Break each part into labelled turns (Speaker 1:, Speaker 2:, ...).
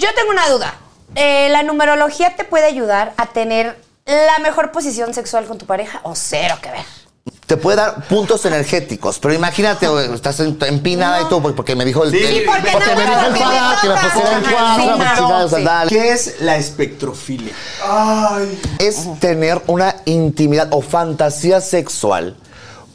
Speaker 1: Yo tengo una duda. Eh, ¿La numerología te puede ayudar a tener la mejor posición sexual con tu pareja o cero que ver?
Speaker 2: Te puede dar puntos energéticos, pero imagínate, o estás en- empinada y todo, porque me dijo el.
Speaker 1: Sí, porque
Speaker 2: porque
Speaker 1: no
Speaker 2: me
Speaker 1: me
Speaker 2: dijo el
Speaker 1: lo
Speaker 2: fada, que me
Speaker 1: digas.
Speaker 2: pusiera en
Speaker 1: Ajá,
Speaker 2: cuatro,
Speaker 1: sí,
Speaker 2: pues,
Speaker 1: no,
Speaker 2: chingados,
Speaker 1: sí.
Speaker 2: dale.
Speaker 3: ¿Qué es la espectrofilia?
Speaker 2: Es tener una intimidad o fantasía sexual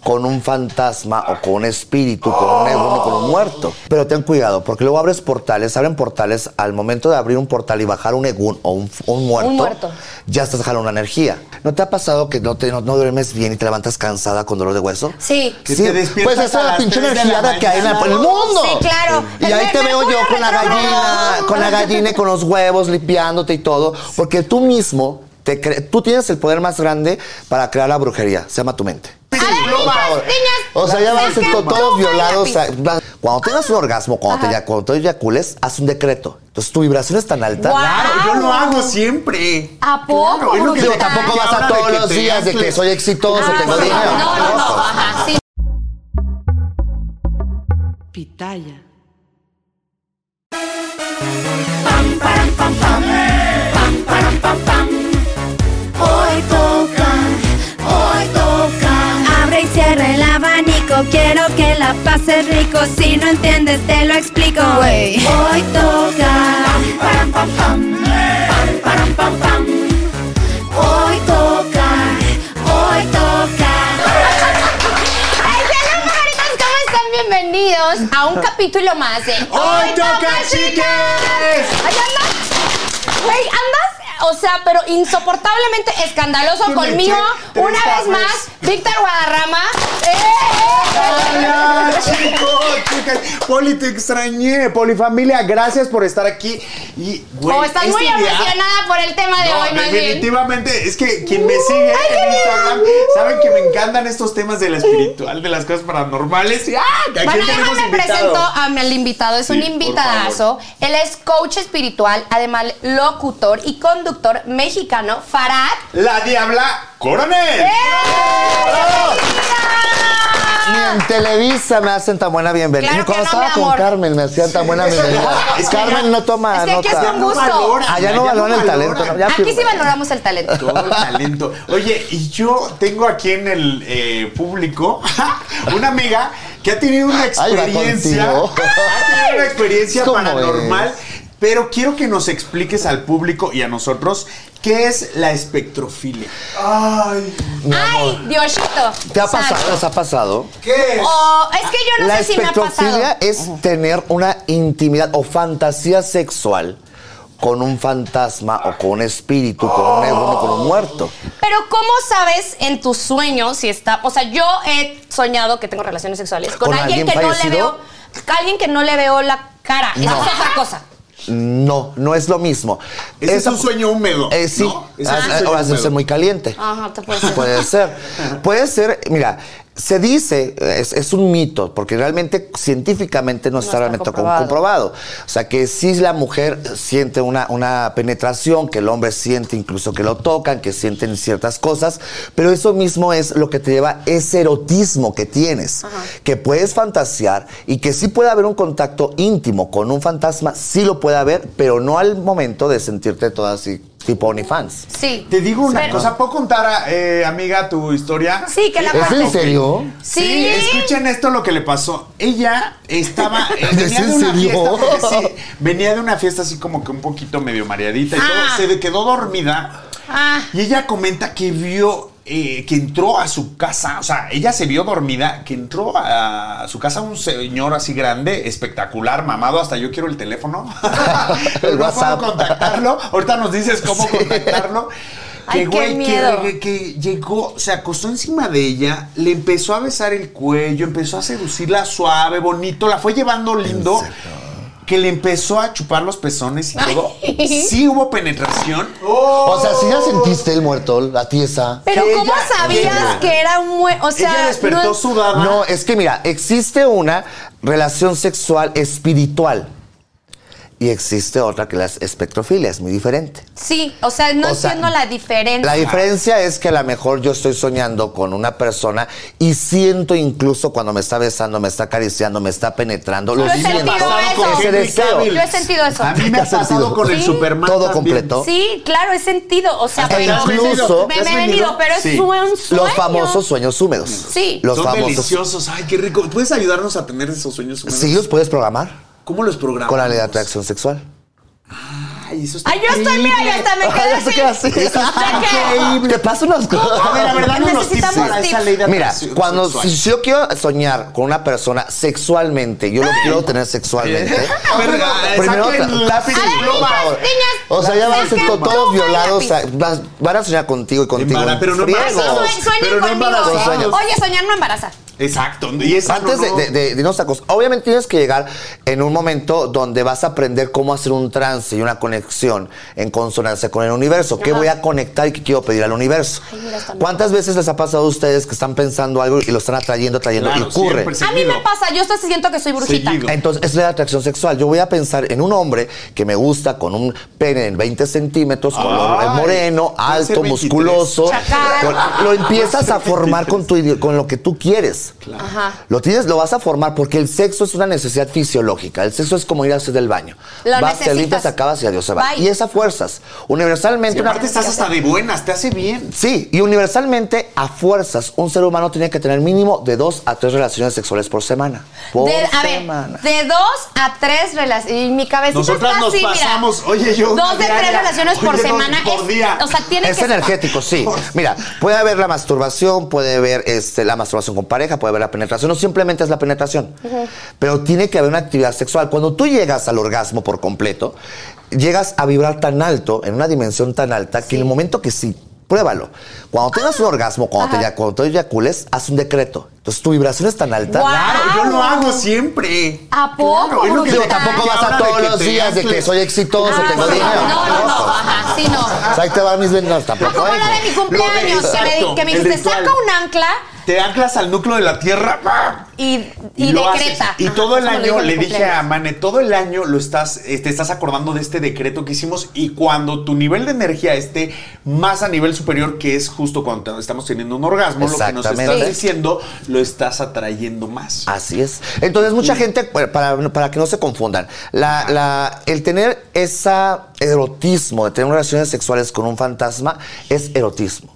Speaker 2: con un fantasma o con un espíritu, con un demonio, con un muerto. Pero ten cuidado, porque luego abres portales, abren portales, al momento de abrir un portal y bajar un egún o un, un muerto,
Speaker 1: muerto.
Speaker 2: ya estás jalando una energía. ¿No te ha pasado que no, te, no, no duermes bien y te levantas cansada con dolor de hueso?
Speaker 1: Sí.
Speaker 3: Que te despiertas
Speaker 2: pues esa
Speaker 3: a
Speaker 2: es la
Speaker 3: las
Speaker 2: pinche
Speaker 3: tres de la
Speaker 2: energía que hay en la- en el
Speaker 3: mañana.
Speaker 2: mundo.
Speaker 1: Sí, claro.
Speaker 2: Y
Speaker 1: El
Speaker 2: ahí te
Speaker 1: Mercurio
Speaker 2: veo yo con la
Speaker 1: retrógrado.
Speaker 2: gallina, con la gallina y con los huevos, limpiándote y todo, porque tú mismo, te cre- tú tienes el poder más grande para crear la brujería, se llama tu mente.
Speaker 1: A ver, niñas, niñas,
Speaker 2: O sea, ya van a ser
Speaker 1: saquen
Speaker 2: to- todos
Speaker 1: pluma y
Speaker 2: violados.
Speaker 1: lápiz.
Speaker 2: o sea, va- Cuando tengas un orgasmo, cuando te, ya- cuando te eyacules, haz un decreto. Entonces tu vibración es tan alta.
Speaker 1: Guau.
Speaker 3: Claro, yo lo hago siempre.
Speaker 1: ¿A poco?
Speaker 3: Claro, es lo que
Speaker 2: Digo,
Speaker 3: te-
Speaker 2: tampoco
Speaker 3: que
Speaker 2: vas a
Speaker 3: habla de
Speaker 2: todos
Speaker 3: que
Speaker 2: los
Speaker 3: te
Speaker 2: días de que
Speaker 3: ancles.
Speaker 2: soy exitoso,
Speaker 1: Ah,
Speaker 2: tengo
Speaker 1: sí.
Speaker 2: dinero.
Speaker 1: No, no, no. Ajá, sí.
Speaker 4: Pitaya.
Speaker 5: Hoy toca, hoy toca. Abre y cierra el abanico, quiero que la pases rico. Si no entiendes, te lo explico. Hoy toca. Hoy toca, hoy toca.
Speaker 1: Ay, señor Majoritas, ¿cómo están? Bienvenidos a un capítulo más de
Speaker 3: ¡Hoy toca, chiques!
Speaker 1: Ay, andas, güey, andas, o sea, pero insoportablemente escandaloso
Speaker 3: Que me
Speaker 1: conmigo.
Speaker 3: eché tres
Speaker 1: Una vez
Speaker 3: cafés.
Speaker 1: más, Víctor Guadarrama. ¡Eh,
Speaker 3: Hola,
Speaker 1: eh!
Speaker 3: chicos, chicas. Poli, te extrañé. Polifamilia, gracias por estar aquí. Y, güey,
Speaker 1: o Oh, estás
Speaker 3: este
Speaker 1: muy
Speaker 3: día-
Speaker 1: emocionada por el tema de
Speaker 3: No,
Speaker 1: hoy, más bien.
Speaker 3: definitivamente, es que quien me sigue
Speaker 1: ay, qué
Speaker 3: en
Speaker 1: bien.
Speaker 3: Instagram saben que me encantan estos temas de la espiritual, de las cosas paranormales. Y, ah, que aquí
Speaker 1: Bueno,
Speaker 3: tenemos
Speaker 1: déjame
Speaker 3: invitado.
Speaker 1: presento a mi- al invitado. Es
Speaker 3: Sí,
Speaker 1: un
Speaker 3: por
Speaker 1: invitadazo. Él es coach espiritual, además locutor y conductor mexicano, Farad.
Speaker 3: La Diabla Coronel.
Speaker 1: ¡Eh!
Speaker 2: Ni en Televisa me hacen tan buena bienvenida.
Speaker 1: Claro que
Speaker 2: Cuando
Speaker 1: no,
Speaker 2: estaba
Speaker 1: mi
Speaker 2: con
Speaker 1: amor.
Speaker 2: Carmen me hacían tan buena bienvenida.
Speaker 3: Es que
Speaker 2: Carmen
Speaker 3: ya-
Speaker 2: no toma
Speaker 1: es que aquí
Speaker 2: nota.
Speaker 1: es con gusto.
Speaker 3: valoran,
Speaker 2: Allá no valoran el talento, ¿no? Ya-
Speaker 1: Aquí sí valoramos el talento.
Speaker 3: Todo el talento. Oye, y yo tengo aquí en el eh, público una amiga que ha tenido una
Speaker 2: Ahí va
Speaker 3: experiencia.
Speaker 2: contigo.
Speaker 3: Ha tenido una experiencia
Speaker 2: ¿Cómo
Speaker 3: paranormal.
Speaker 2: es?
Speaker 3: Pero quiero que nos expliques al público y a nosotros qué es la espectrofilia.
Speaker 1: Ay, Diosito.
Speaker 2: ¿Te ha
Speaker 1: santo.
Speaker 2: pasado? ¿Les ha pasado?
Speaker 3: ¿Qué
Speaker 2: Oh,
Speaker 1: O- Oh, es que yo no
Speaker 2: La
Speaker 1: sé si me ha
Speaker 2: espectrofilia
Speaker 1: pasado.
Speaker 2: es tener una intimidad o fantasía sexual con un fantasma o con un espíritu, con
Speaker 3: Oh.
Speaker 2: un demonio, con un muerto.
Speaker 1: Pero ¿cómo sabes en tus sueños si está? O sea, yo he soñado que tengo relaciones sexuales con,
Speaker 2: ¿Con
Speaker 1: alguien,
Speaker 2: alguien
Speaker 1: que no le
Speaker 2: fallecido?
Speaker 1: veo, alguien que no le veo la cara. Eso
Speaker 2: No.
Speaker 1: es otra cosa.
Speaker 2: No, no es lo mismo.
Speaker 3: Ese es
Speaker 2: Esa-
Speaker 3: un sueño húmedo.
Speaker 2: Eh, sí,
Speaker 3: ¿no? Ese es un
Speaker 2: Ah,
Speaker 3: sueño
Speaker 2: ahora se
Speaker 3: húmedo.
Speaker 2: ser muy caliente.
Speaker 1: Ajá, te puede ser.
Speaker 2: Puede ser. Puede ser, mira, se dice, es, es un mito, porque realmente científicamente no, está
Speaker 1: está
Speaker 2: realmente com- comprobado.
Speaker 1: comprobado.
Speaker 2: O sea, que si la mujer siente una, una penetración, que el hombre siente incluso que lo tocan, que sienten ciertas cosas, pero eso mismo es lo que te lleva ese erotismo que tienes, que puedes fantasear y que sí puede haber un contacto íntimo con un fantasma, sí lo puede haber, pero no al momento de sentirte toda así. tipo OnlyFans.
Speaker 1: Sí.
Speaker 3: Te digo una
Speaker 1: Pero-
Speaker 3: cosa, ¿puedo contar, eh, amiga, tu historia?
Speaker 1: Sí, que la
Speaker 2: ¿Es en
Speaker 1: cuentes.
Speaker 2: serio?
Speaker 1: Sí.
Speaker 3: escuchen esto lo que le pasó. Ella estaba eh, venía
Speaker 2: ¿Es
Speaker 3: de
Speaker 2: en
Speaker 3: una
Speaker 2: serio?
Speaker 3: fiesta, porque sí, venía de una fiesta así como que un poquito medio mareadita y
Speaker 1: Ah.
Speaker 3: todo, se quedó dormida.
Speaker 1: Ah.
Speaker 3: Y ella comenta que vio eh, que entró a su casa, o sea, ella se vio dormida, que entró a su casa un señor así grande, espectacular, mamado, hasta yo quiero el teléfono.
Speaker 2: El
Speaker 3: no puedo
Speaker 2: WhatsApp.
Speaker 3: contactarlo. Ahorita nos dices cómo contactarlo.
Speaker 1: Ay, qué
Speaker 3: güey,
Speaker 1: miedo.
Speaker 3: que- que llegó, se acostó encima de ella, le empezó a besar el cuello, empezó a seducirla suave, bonito, la fue llevando lindo. Que le empezó a chupar los pezones y todo. Sí hubo penetración.
Speaker 2: Oh. O sea, si ya sentiste el muerto, la tiesa.
Speaker 1: Pero
Speaker 3: Que
Speaker 1: ¿cómo
Speaker 3: ella-
Speaker 1: sabías
Speaker 3: ella-
Speaker 1: que era un mue- O sea,
Speaker 3: ella despertó
Speaker 1: no-
Speaker 3: sudada.
Speaker 2: No, es que mira, existe una relación sexual espiritual y existe otra que las espectrofilia, es muy diferente.
Speaker 1: Sí, o sea, no
Speaker 2: O sea,
Speaker 1: entiendo la diferencia.
Speaker 2: La diferencia es que a lo mejor yo estoy soñando con una persona y siento incluso cuando me está besando, me está acariciando, me está penetrando, lo
Speaker 1: Yo he
Speaker 2: siento.
Speaker 1: sentido eso.
Speaker 2: Ese deseo.
Speaker 3: Cavill.
Speaker 1: Yo he sentido eso.
Speaker 3: A mí me
Speaker 2: ¿Qué
Speaker 3: ha
Speaker 2: has sentido?
Speaker 3: pasado con el
Speaker 1: Sí.
Speaker 3: Superman.
Speaker 2: Todo
Speaker 3: también.
Speaker 2: completo.
Speaker 1: Sí, claro, he sentido. O sea,
Speaker 2: Hasta
Speaker 1: pero.
Speaker 2: incluso-
Speaker 1: Me, me
Speaker 3: ¿Has
Speaker 1: he
Speaker 3: venido?
Speaker 1: venido, pero
Speaker 3: Sí.
Speaker 1: es un sueño.
Speaker 2: Los famosos sueños húmedos.
Speaker 1: Sí.
Speaker 2: Los
Speaker 3: Son
Speaker 2: famosos.
Speaker 3: deliciosos. Ay, qué rico. ¿Puedes ayudarnos a tener esos sueños humanos?
Speaker 2: Sí, los puedes programar
Speaker 3: ¿Cómo los programas?
Speaker 2: con la ley de atracción sexual.
Speaker 3: Ay, eso está
Speaker 1: Ay, yo estoy, mira, yo hasta me quedé
Speaker 2: Ya se queda así. Ah, Te paso unas cosas.
Speaker 3: A ver, a ver, danos los tips
Speaker 1: Necesitamos
Speaker 3: para esa
Speaker 1: tips.
Speaker 3: ley de
Speaker 2: Mira,
Speaker 3: atracción
Speaker 2: cuando
Speaker 3: sexual.
Speaker 2: si si yo quiero soñar con una persona sexualmente, yo lo quiero tener sexualmente.
Speaker 3: A ver,
Speaker 2: Primero,
Speaker 3: saquen
Speaker 2: tra-
Speaker 3: lápiz
Speaker 1: A ver,
Speaker 3: y pluma.
Speaker 1: hijas,
Speaker 3: ahora.
Speaker 1: niñas,
Speaker 2: o sea, ya van a ser
Speaker 1: saquen
Speaker 2: to- todos
Speaker 1: pluma y
Speaker 2: violados.
Speaker 1: lápiz.
Speaker 2: o sea, vas- van a soñar contigo y contigo.
Speaker 3: Embara-
Speaker 2: en
Speaker 3: pero no
Speaker 2: friego.
Speaker 1: Ay, sí, sue- sueñen
Speaker 3: Pero no
Speaker 1: conmigo.
Speaker 3: embarazados.
Speaker 2: Sueño.
Speaker 1: Oye, soñar no embaraza.
Speaker 3: Exacto. Y esa
Speaker 2: Antes
Speaker 3: no,
Speaker 2: de,
Speaker 3: no.
Speaker 2: de- de- de irnos a cosas, obviamente tienes que llegar en un momento donde vas a aprender cómo hacer un trance y una conexión en consonancia con el universo. ¿Qué
Speaker 1: Ajá.
Speaker 2: voy a conectar y qué quiero pedir al universo?
Speaker 1: Ay, mira, está mal.
Speaker 2: ¿Cuántas veces les ha pasado a ustedes que están pensando algo y lo están atrayendo, atrayendo
Speaker 3: Claro,
Speaker 2: y ocurre?
Speaker 3: siempre,
Speaker 1: A mí
Speaker 3: Seguido.
Speaker 1: me pasa, yo hasta siento que soy brujita.
Speaker 3: Seguido.
Speaker 2: Entonces, es la atracción sexual. Yo voy a pensar en un hombre que me gusta con un pene en 20 centímetros, color
Speaker 3: Ay,
Speaker 2: moreno,
Speaker 3: puede ser
Speaker 2: alto,
Speaker 3: 23.
Speaker 2: musculoso.
Speaker 1: Chacal.
Speaker 2: Con- lo empiezas a formar con, tu, ide- con lo que tú quieres.
Speaker 1: Ajá.
Speaker 2: Lo tienes, lo vas a formar porque el sexo es una necesidad fisiológica. El sexo es como ir a hacer del baño.
Speaker 1: Lo
Speaker 2: vas, te
Speaker 1: necesitas.
Speaker 2: limpias, acabas y adiós se va.
Speaker 1: Bye.
Speaker 2: Y esas fuerzas, universalmente,
Speaker 3: Y
Speaker 2: una-
Speaker 3: aparte estás hasta de buenas, te hace bien.
Speaker 2: Sí, y universalmente, a fuerzas, un ser humano tiene que tener mínimo de dos a tres relaciones sexuales por semana. Por
Speaker 1: De- a ver,
Speaker 2: semana.
Speaker 1: de dos a tres relaciones. Y mi cabecita
Speaker 3: Nosotras
Speaker 1: está
Speaker 3: nos
Speaker 1: así, mira.
Speaker 3: pasamos, oye, yo una
Speaker 1: Dos de tres
Speaker 3: diaria,
Speaker 1: relaciones por
Speaker 3: oye, dos
Speaker 1: semana.
Speaker 3: por
Speaker 1: es-
Speaker 3: día.
Speaker 1: O sea, tiene
Speaker 2: Es
Speaker 1: que
Speaker 2: energético, sí. Mira, puede haber la masturbación, puede haber este, la masturbación con pareja, puede haber la penetración, no simplemente es la penetración. Pero tiene que haber una actividad sexual. Cuando tú llegas al orgasmo por completo, llegas a vibrar tan alto, en una dimensión tan alta, que en el momento que sí, pruébalo. Cuando tengas un
Speaker 1: Ah.
Speaker 2: orgasmo, cuando te, ya- cuando te eyacules, haz un decreto. Entonces tu vibración es tan alta.
Speaker 1: Guau.
Speaker 3: Claro, yo lo
Speaker 1: Wow.
Speaker 3: hago siempre.
Speaker 1: ¿A poco,
Speaker 3: Claro, es lo que
Speaker 2: Digo,
Speaker 3: te-
Speaker 2: tampoco
Speaker 3: y
Speaker 2: vas a
Speaker 3: ahora
Speaker 2: todos
Speaker 3: de que
Speaker 2: los
Speaker 3: te
Speaker 2: días de que
Speaker 3: ancles.
Speaker 2: soy exitoso,
Speaker 1: Ah,
Speaker 2: tengo
Speaker 1: sí,
Speaker 2: dinero.
Speaker 1: No, no, no, ajá, sí, no. Ah,
Speaker 2: O sea, ahí te van mis vendas tampoco.
Speaker 1: Como
Speaker 2: ¿eh?
Speaker 1: la de mi cumpleaños, que me,
Speaker 3: Lo de-
Speaker 1: di-
Speaker 3: exacto,
Speaker 1: que me
Speaker 3: el
Speaker 1: dijiste,
Speaker 3: ritual.
Speaker 1: saca un ancla
Speaker 3: Te anclas al núcleo de la tierra. ¡pam!
Speaker 1: y, y,
Speaker 3: lo
Speaker 1: decreta.
Speaker 3: haces. Y
Speaker 1: Ajá,
Speaker 3: todo el
Speaker 1: eso me lo dijo
Speaker 3: año,
Speaker 1: en
Speaker 3: le
Speaker 1: mi
Speaker 3: dije a
Speaker 1: cumpleaños.
Speaker 3: Mane, todo el año lo estás, eh, te estás acordando de este decreto que hicimos y cuando tu nivel de energía esté más a nivel superior, que es justo cuando te- estamos teniendo un orgasmo, lo que nos
Speaker 2: Exactamente.
Speaker 3: estás diciendo, lo estás atrayendo más.
Speaker 2: Así es. Entonces, mucha gente, bueno, para, para que no se confundan, la- la- el tener ese erotismo, de tener relaciones sexuales con un fantasma, es erotismo.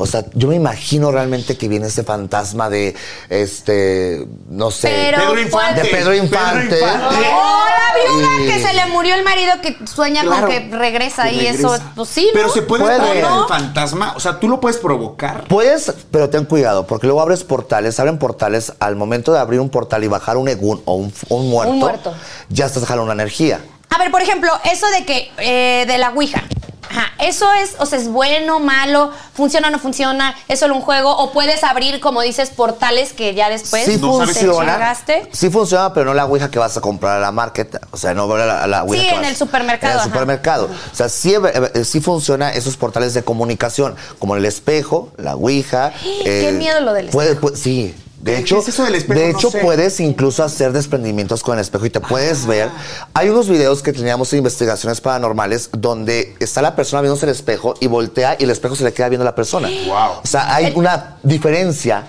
Speaker 2: O sea, yo me imagino realmente que viene ese fantasma de, este, no sé,
Speaker 1: Pero-
Speaker 3: Pedro Infante.
Speaker 2: de Pedro Infante.
Speaker 1: O la viuda
Speaker 2: Y-
Speaker 1: que se le murió el marido que sueña
Speaker 3: Claro,
Speaker 1: con que regresa y
Speaker 3: regresa.
Speaker 1: eso, pues sí, ¿no?
Speaker 3: Pero se puede,
Speaker 2: Puede.
Speaker 3: traer
Speaker 1: ¿No?
Speaker 3: el fantasma, o sea, tú lo puedes provocar.
Speaker 2: Puedes, pero ten cuidado, porque luego abres portales, abren portales. Al momento de abrir un portal y bajar un egún o un, un muerto,
Speaker 1: muerto.
Speaker 2: ya estás jalando una energía.
Speaker 1: A ver, por ejemplo, eso de que, eh, de la Ouija. Ajá, eso es, o sea, es bueno, malo, funciona o no funciona, es solo un juego, o puedes abrir, como dices, portales que ya después
Speaker 2: sí
Speaker 3: no sabes
Speaker 1: pues, te
Speaker 3: si lo
Speaker 2: funciona.
Speaker 1: chingaste.
Speaker 2: Sí funciona, pero no la ouija que vas a comprar a la market. O sea, no a la, a la ouija
Speaker 1: Sí,
Speaker 2: que
Speaker 1: en
Speaker 2: vas-
Speaker 1: el supermercado,
Speaker 2: En el
Speaker 1: ajá.
Speaker 2: supermercado. O sea, sí, eh, eh, sí funciona esos portales de comunicación, como el espejo, la ouija. eh,
Speaker 1: Qué miedo lo del
Speaker 2: puede- puede- sí. De
Speaker 3: ¿Qué
Speaker 2: hecho,
Speaker 3: es eso del espejo?
Speaker 2: de
Speaker 3: No
Speaker 2: hecho
Speaker 3: sé.
Speaker 2: puedes incluso hacer desprendimientos con el espejo y te puedes
Speaker 1: Ah.
Speaker 2: ver. Hay unos videos que teníamos en investigaciones paranormales donde está la persona viéndose el espejo y voltea y el espejo se le queda viendo a la persona.
Speaker 3: Wow.
Speaker 2: O sea, hay una diferencia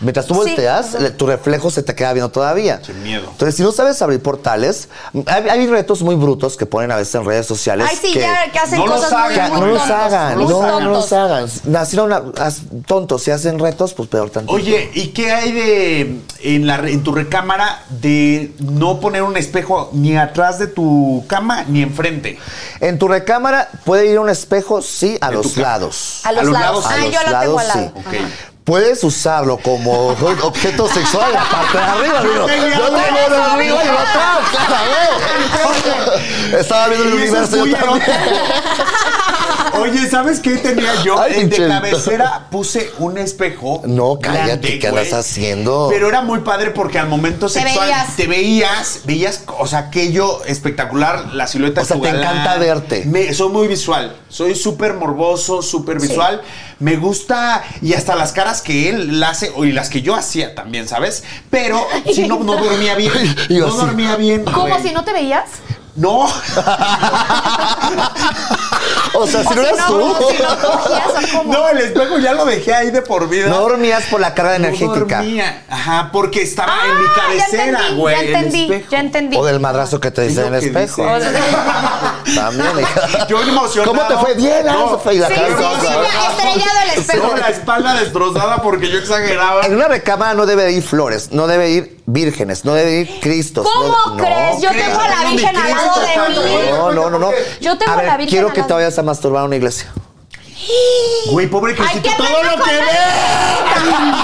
Speaker 2: Mientras tú
Speaker 1: Sí.
Speaker 2: volteas, le- tu reflejo se te queda viendo todavía.
Speaker 3: Sin miedo.
Speaker 2: Entonces, si no sabes abrir portales, hay, hay retos muy brutos que ponen a veces en redes sociales.
Speaker 1: Ay, sí,
Speaker 2: que,
Speaker 1: ya que hacen
Speaker 3: no los
Speaker 1: cosas muy,
Speaker 3: hagan,
Speaker 1: muy
Speaker 2: no los
Speaker 1: tontos,
Speaker 2: hagan,
Speaker 1: muy
Speaker 2: no, no
Speaker 1: tontos.
Speaker 2: los hagan. Nacieron a- a- tontos, si hacen retos, pues peor tanto.
Speaker 3: Oye, ¿y qué hay de en la re- en tu recámara de no poner un espejo ni atrás de tu cama ni enfrente?
Speaker 2: En tu recámara puede ir un espejo, sí, a
Speaker 3: De
Speaker 2: los
Speaker 3: tu cama.
Speaker 2: lados.
Speaker 1: A los,
Speaker 3: A los
Speaker 1: lados.
Speaker 3: lados,
Speaker 1: Ah,
Speaker 3: a
Speaker 1: yo
Speaker 2: los
Speaker 1: la tengo al
Speaker 2: lados,
Speaker 1: lado.
Speaker 2: sí.
Speaker 3: Ok.
Speaker 1: Ajá.
Speaker 2: Puedes usarlo como objeto sexual en la parte de arriba, digo. Yo tengo uno arriba y uno atrás, claro, veo. Estaba viendo el
Speaker 3: Y eso es
Speaker 2: universo
Speaker 3: muy
Speaker 2: yo también.
Speaker 3: erótico. Oye, ¿sabes qué tenía yo?
Speaker 2: Ay,
Speaker 3: En de
Speaker 2: Michelle.
Speaker 3: cabecera puse un espejo.
Speaker 2: No, cállate,
Speaker 3: grande,
Speaker 2: ¿qué andas
Speaker 3: güey.
Speaker 2: haciendo?
Speaker 3: Pero era muy padre porque al momento sexual
Speaker 1: veías.
Speaker 3: te veías, veías, o sea, aquello espectacular, la silueta.
Speaker 2: O
Speaker 3: de
Speaker 2: sea,
Speaker 3: tu
Speaker 2: te encanta verte.
Speaker 3: Me- soy muy visual, soy súper morboso, súper visual. Me gusta y hasta las caras que él la hace o- y las que yo hacía también, ¿sabes? Pero si no, no dormía bien.
Speaker 2: Y yo
Speaker 3: No
Speaker 2: así.
Speaker 3: dormía bien.
Speaker 1: ¿Cómo
Speaker 3: güey.
Speaker 1: si no te veías?
Speaker 3: No.
Speaker 2: O sea, si no eras tú.
Speaker 1: no, si no cogías, ¿o cómo?
Speaker 3: No, el espejo ya lo dejé ahí de por vida.
Speaker 2: No dormías por la carga energética.
Speaker 3: No dormía. Ajá, porque estaba
Speaker 1: Ah,
Speaker 3: en mi
Speaker 1: ya
Speaker 3: cabecera,
Speaker 1: entendí,
Speaker 3: güey.
Speaker 1: ya
Speaker 3: el
Speaker 1: entendí,
Speaker 3: espejo.
Speaker 1: ya entendí.
Speaker 2: O del madrazo que te
Speaker 3: Es
Speaker 2: dice en
Speaker 3: lo
Speaker 2: el
Speaker 3: que
Speaker 2: espejo.
Speaker 3: dice.
Speaker 2: También, hija.
Speaker 3: Yo emocionado.
Speaker 2: ¿Cómo te fue? Bien,
Speaker 3: No.
Speaker 2: Alfa, y la
Speaker 1: Sí,
Speaker 2: cara
Speaker 1: sí,
Speaker 2: rosa.
Speaker 1: sí, ya estrellado el espejo.
Speaker 3: Tengo la espalda destrozada porque yo exageraba.
Speaker 2: En una recámara no debe ir flores, no debe ir vírgenes, no debe ir cristos.
Speaker 1: ¿Cómo
Speaker 2: no- no.
Speaker 1: crees? Yo
Speaker 3: creo,
Speaker 1: tengo a la
Speaker 3: tengo mi
Speaker 1: Virgen al
Speaker 3: Cristo,
Speaker 1: lado de mí.
Speaker 3: padre.
Speaker 2: No, no, no, no.
Speaker 1: Yo tengo
Speaker 2: a ver,
Speaker 1: la Virgen
Speaker 2: quiero
Speaker 1: al
Speaker 2: que te
Speaker 1: lado.
Speaker 2: vayas a masturbar a una iglesia.
Speaker 3: Güey, pobre
Speaker 2: pues
Speaker 1: Ay, qué
Speaker 3: Crisito, todo
Speaker 1: pena
Speaker 3: lo
Speaker 1: con
Speaker 3: que
Speaker 1: la-
Speaker 3: ve.
Speaker 1: ¡Qué pena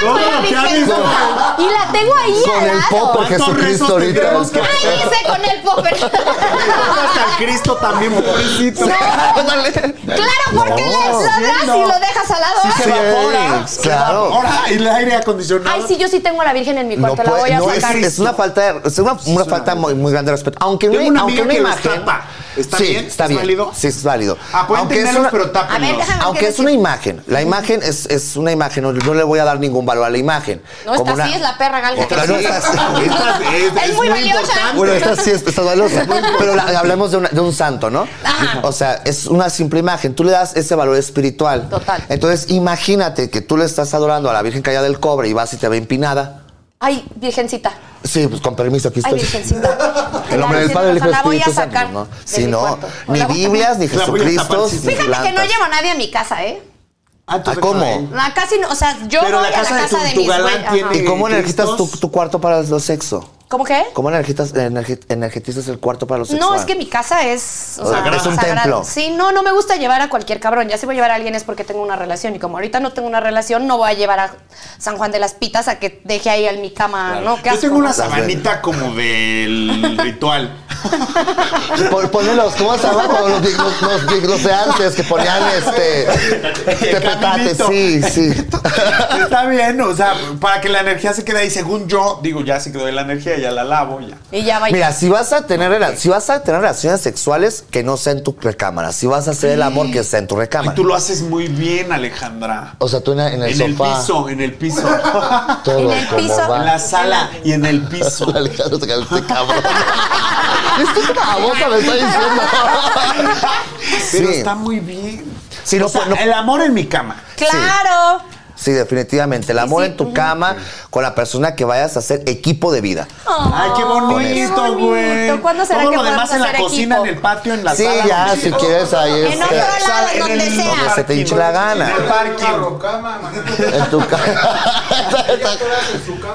Speaker 3: Todo
Speaker 1: con la
Speaker 3: lo que ha
Speaker 1: Virgen!
Speaker 3: visto.
Speaker 1: Y la tengo ahí
Speaker 2: Con
Speaker 1: al
Speaker 2: el
Speaker 1: lado.
Speaker 2: popper
Speaker 3: ¿Cuántos
Speaker 2: Jesucristo
Speaker 3: rezos
Speaker 2: ahorita.
Speaker 3: tendremos que hacer?
Speaker 1: ¡Ay, hice con el popper!
Speaker 3: Hasta el Cristo también, pobrecito.
Speaker 2: Ándale.
Speaker 1: Claro, porque
Speaker 2: No.
Speaker 1: le soplas y lo dejas al lado.
Speaker 2: Sí,
Speaker 3: evapora.
Speaker 2: sí, claro.
Speaker 3: Ahora, y el aire acondicionado.
Speaker 1: Ay, sí, yo sí tengo a la Virgen en mi
Speaker 2: No
Speaker 1: cuarto. la
Speaker 2: puede-
Speaker 1: voy a
Speaker 2: no, es,
Speaker 1: sacar.
Speaker 2: es una falta de, es una, una falta muy, muy grande de respeto. Aunque
Speaker 3: Tengo
Speaker 2: una,
Speaker 3: una
Speaker 2: aunque
Speaker 3: amiga
Speaker 2: una
Speaker 3: que los
Speaker 2: imagen.
Speaker 3: tapa. ¿Está
Speaker 2: sí,
Speaker 3: bien?
Speaker 2: Está
Speaker 3: ¿Es
Speaker 2: bien.
Speaker 3: válido?
Speaker 2: Sí, es válido.
Speaker 3: Ah, pueden
Speaker 2: Aunque es
Speaker 3: tenerlos,
Speaker 2: una-
Speaker 3: pero tápenlos.
Speaker 1: A ver, déjame-
Speaker 2: Aunque
Speaker 1: ¿qué
Speaker 2: es una
Speaker 1: decir?
Speaker 2: imagen, la imagen es, es una imagen, no, no le voy a dar ningún valor a la imagen.
Speaker 1: No, esta
Speaker 2: Como una-
Speaker 1: sí es la perra galga.
Speaker 2: Otra no, esta sí.
Speaker 3: Esta
Speaker 1: Es muy valiosa.
Speaker 3: importante.
Speaker 2: Bueno, esta sí es, esta es valiosa. Pero la- hablemos de, una- de un santo, ¿no?
Speaker 1: Ajá.
Speaker 2: O sea, es una simple imagen. Tú le das ese valor espiritual.
Speaker 1: Total.
Speaker 2: Entonces, imagínate que tú le estás adorando a la Virgen Callada del Cobre y vas y te ve empinada.
Speaker 1: Ay, virgencita.
Speaker 2: Sí, pues con permiso, aquí
Speaker 1: Ay,
Speaker 2: estoy.
Speaker 1: virgencita.
Speaker 2: El nombre del Padre, el Hijo y
Speaker 1: La
Speaker 2: del
Speaker 1: voy a
Speaker 2: Espíritu
Speaker 1: sacar.
Speaker 2: Santo. ¿no?
Speaker 1: de
Speaker 2: Sí,
Speaker 1: mi
Speaker 2: no.
Speaker 1: cuarto. O
Speaker 2: Ni
Speaker 1: la voy a
Speaker 2: Biblias, ni
Speaker 3: La voy a tapar,
Speaker 2: Jesucristo.
Speaker 3: sí, sí.
Speaker 2: ni
Speaker 1: sacar. Fíjate que no
Speaker 2: plantas.
Speaker 1: llevo a nadie a mi casa, ¿eh?
Speaker 3: Ah,
Speaker 2: Ah, ¿cómo?
Speaker 1: No, casi no. O sea, yo
Speaker 3: Pero
Speaker 1: voy
Speaker 3: la
Speaker 1: a
Speaker 3: casa
Speaker 1: la
Speaker 3: de
Speaker 1: casa
Speaker 3: tu-
Speaker 1: de,
Speaker 3: tu
Speaker 1: mis
Speaker 3: galán
Speaker 1: güey,
Speaker 3: tiene-
Speaker 1: ajá.
Speaker 2: ¿Y cómo energizas tu,
Speaker 3: Cristos.
Speaker 2: tu cuarto para los sexo?
Speaker 1: ¿Cómo qué?
Speaker 2: ¿Cómo energizas, energi- energizas el cuarto para los sexo?
Speaker 1: No, es que mi casa es...
Speaker 2: O sea, es un templo.
Speaker 1: Sí, no, no me gusta llevar a cualquier cabrón. Ya si voy a llevar a alguien es porque tengo una relación. Y como ahorita no tengo una relación, no voy a llevar a San Juan de las Pitas a que deje ahí en mi cama, ¿no? Qué
Speaker 3: Yo tengo una
Speaker 1: asco.
Speaker 3: sabanita como del ritual.
Speaker 2: Por, ponen los, ¿cómo se llama? Como los, big- los, los big- los de antes que ponían este. Este petate,
Speaker 3: caminito.
Speaker 2: sí, sí.
Speaker 3: Está bien, o sea, para que la energía se quede ahí. Según yo, digo, ya se quedó ahí la energía, ya la lavo, ya.
Speaker 1: Y ya va.
Speaker 2: Mira, si vas a tener rela- si vas a tener relaciones sexuales que no sea en tu recámara, si vas a hacer el amor que sea en tu
Speaker 3: Y
Speaker 2: recámara.
Speaker 3: tú lo haces muy bien, Alejandra.
Speaker 2: O sea, tú en, en el
Speaker 3: en
Speaker 2: sofá.
Speaker 3: el piso, en el piso.
Speaker 2: todo
Speaker 1: En el
Speaker 2: como
Speaker 1: piso.
Speaker 2: va.
Speaker 3: en la sala y en el piso.
Speaker 2: Alejandro se caló este cabrón. Esto es una babosa, me está diciendo.
Speaker 3: Pero
Speaker 2: Sí.
Speaker 3: está muy bien.
Speaker 2: Sí, no,
Speaker 3: O sea,
Speaker 2: pues, no-
Speaker 3: el amor en mi cama.
Speaker 1: ¡Claro!
Speaker 2: Sí, definitivamente. El amor en tu cama con la persona que vayas a hacer equipo de vida.
Speaker 3: Ay, qué bonito, güey.
Speaker 1: ¿Cuándo será
Speaker 3: Todo
Speaker 1: que
Speaker 3: lo
Speaker 1: podemos
Speaker 3: demás en la
Speaker 1: hacer
Speaker 3: cocina,
Speaker 1: equipo?
Speaker 3: en el patio, en la
Speaker 2: sí,
Speaker 3: sala.
Speaker 2: ya,
Speaker 3: donde-
Speaker 2: si quieres ahí. este,
Speaker 1: En otro lado,
Speaker 3: Sal- en
Speaker 1: donde
Speaker 3: el-
Speaker 1: sea.
Speaker 2: donde se te hinche la gana.
Speaker 3: En el parking.
Speaker 2: En tu cama.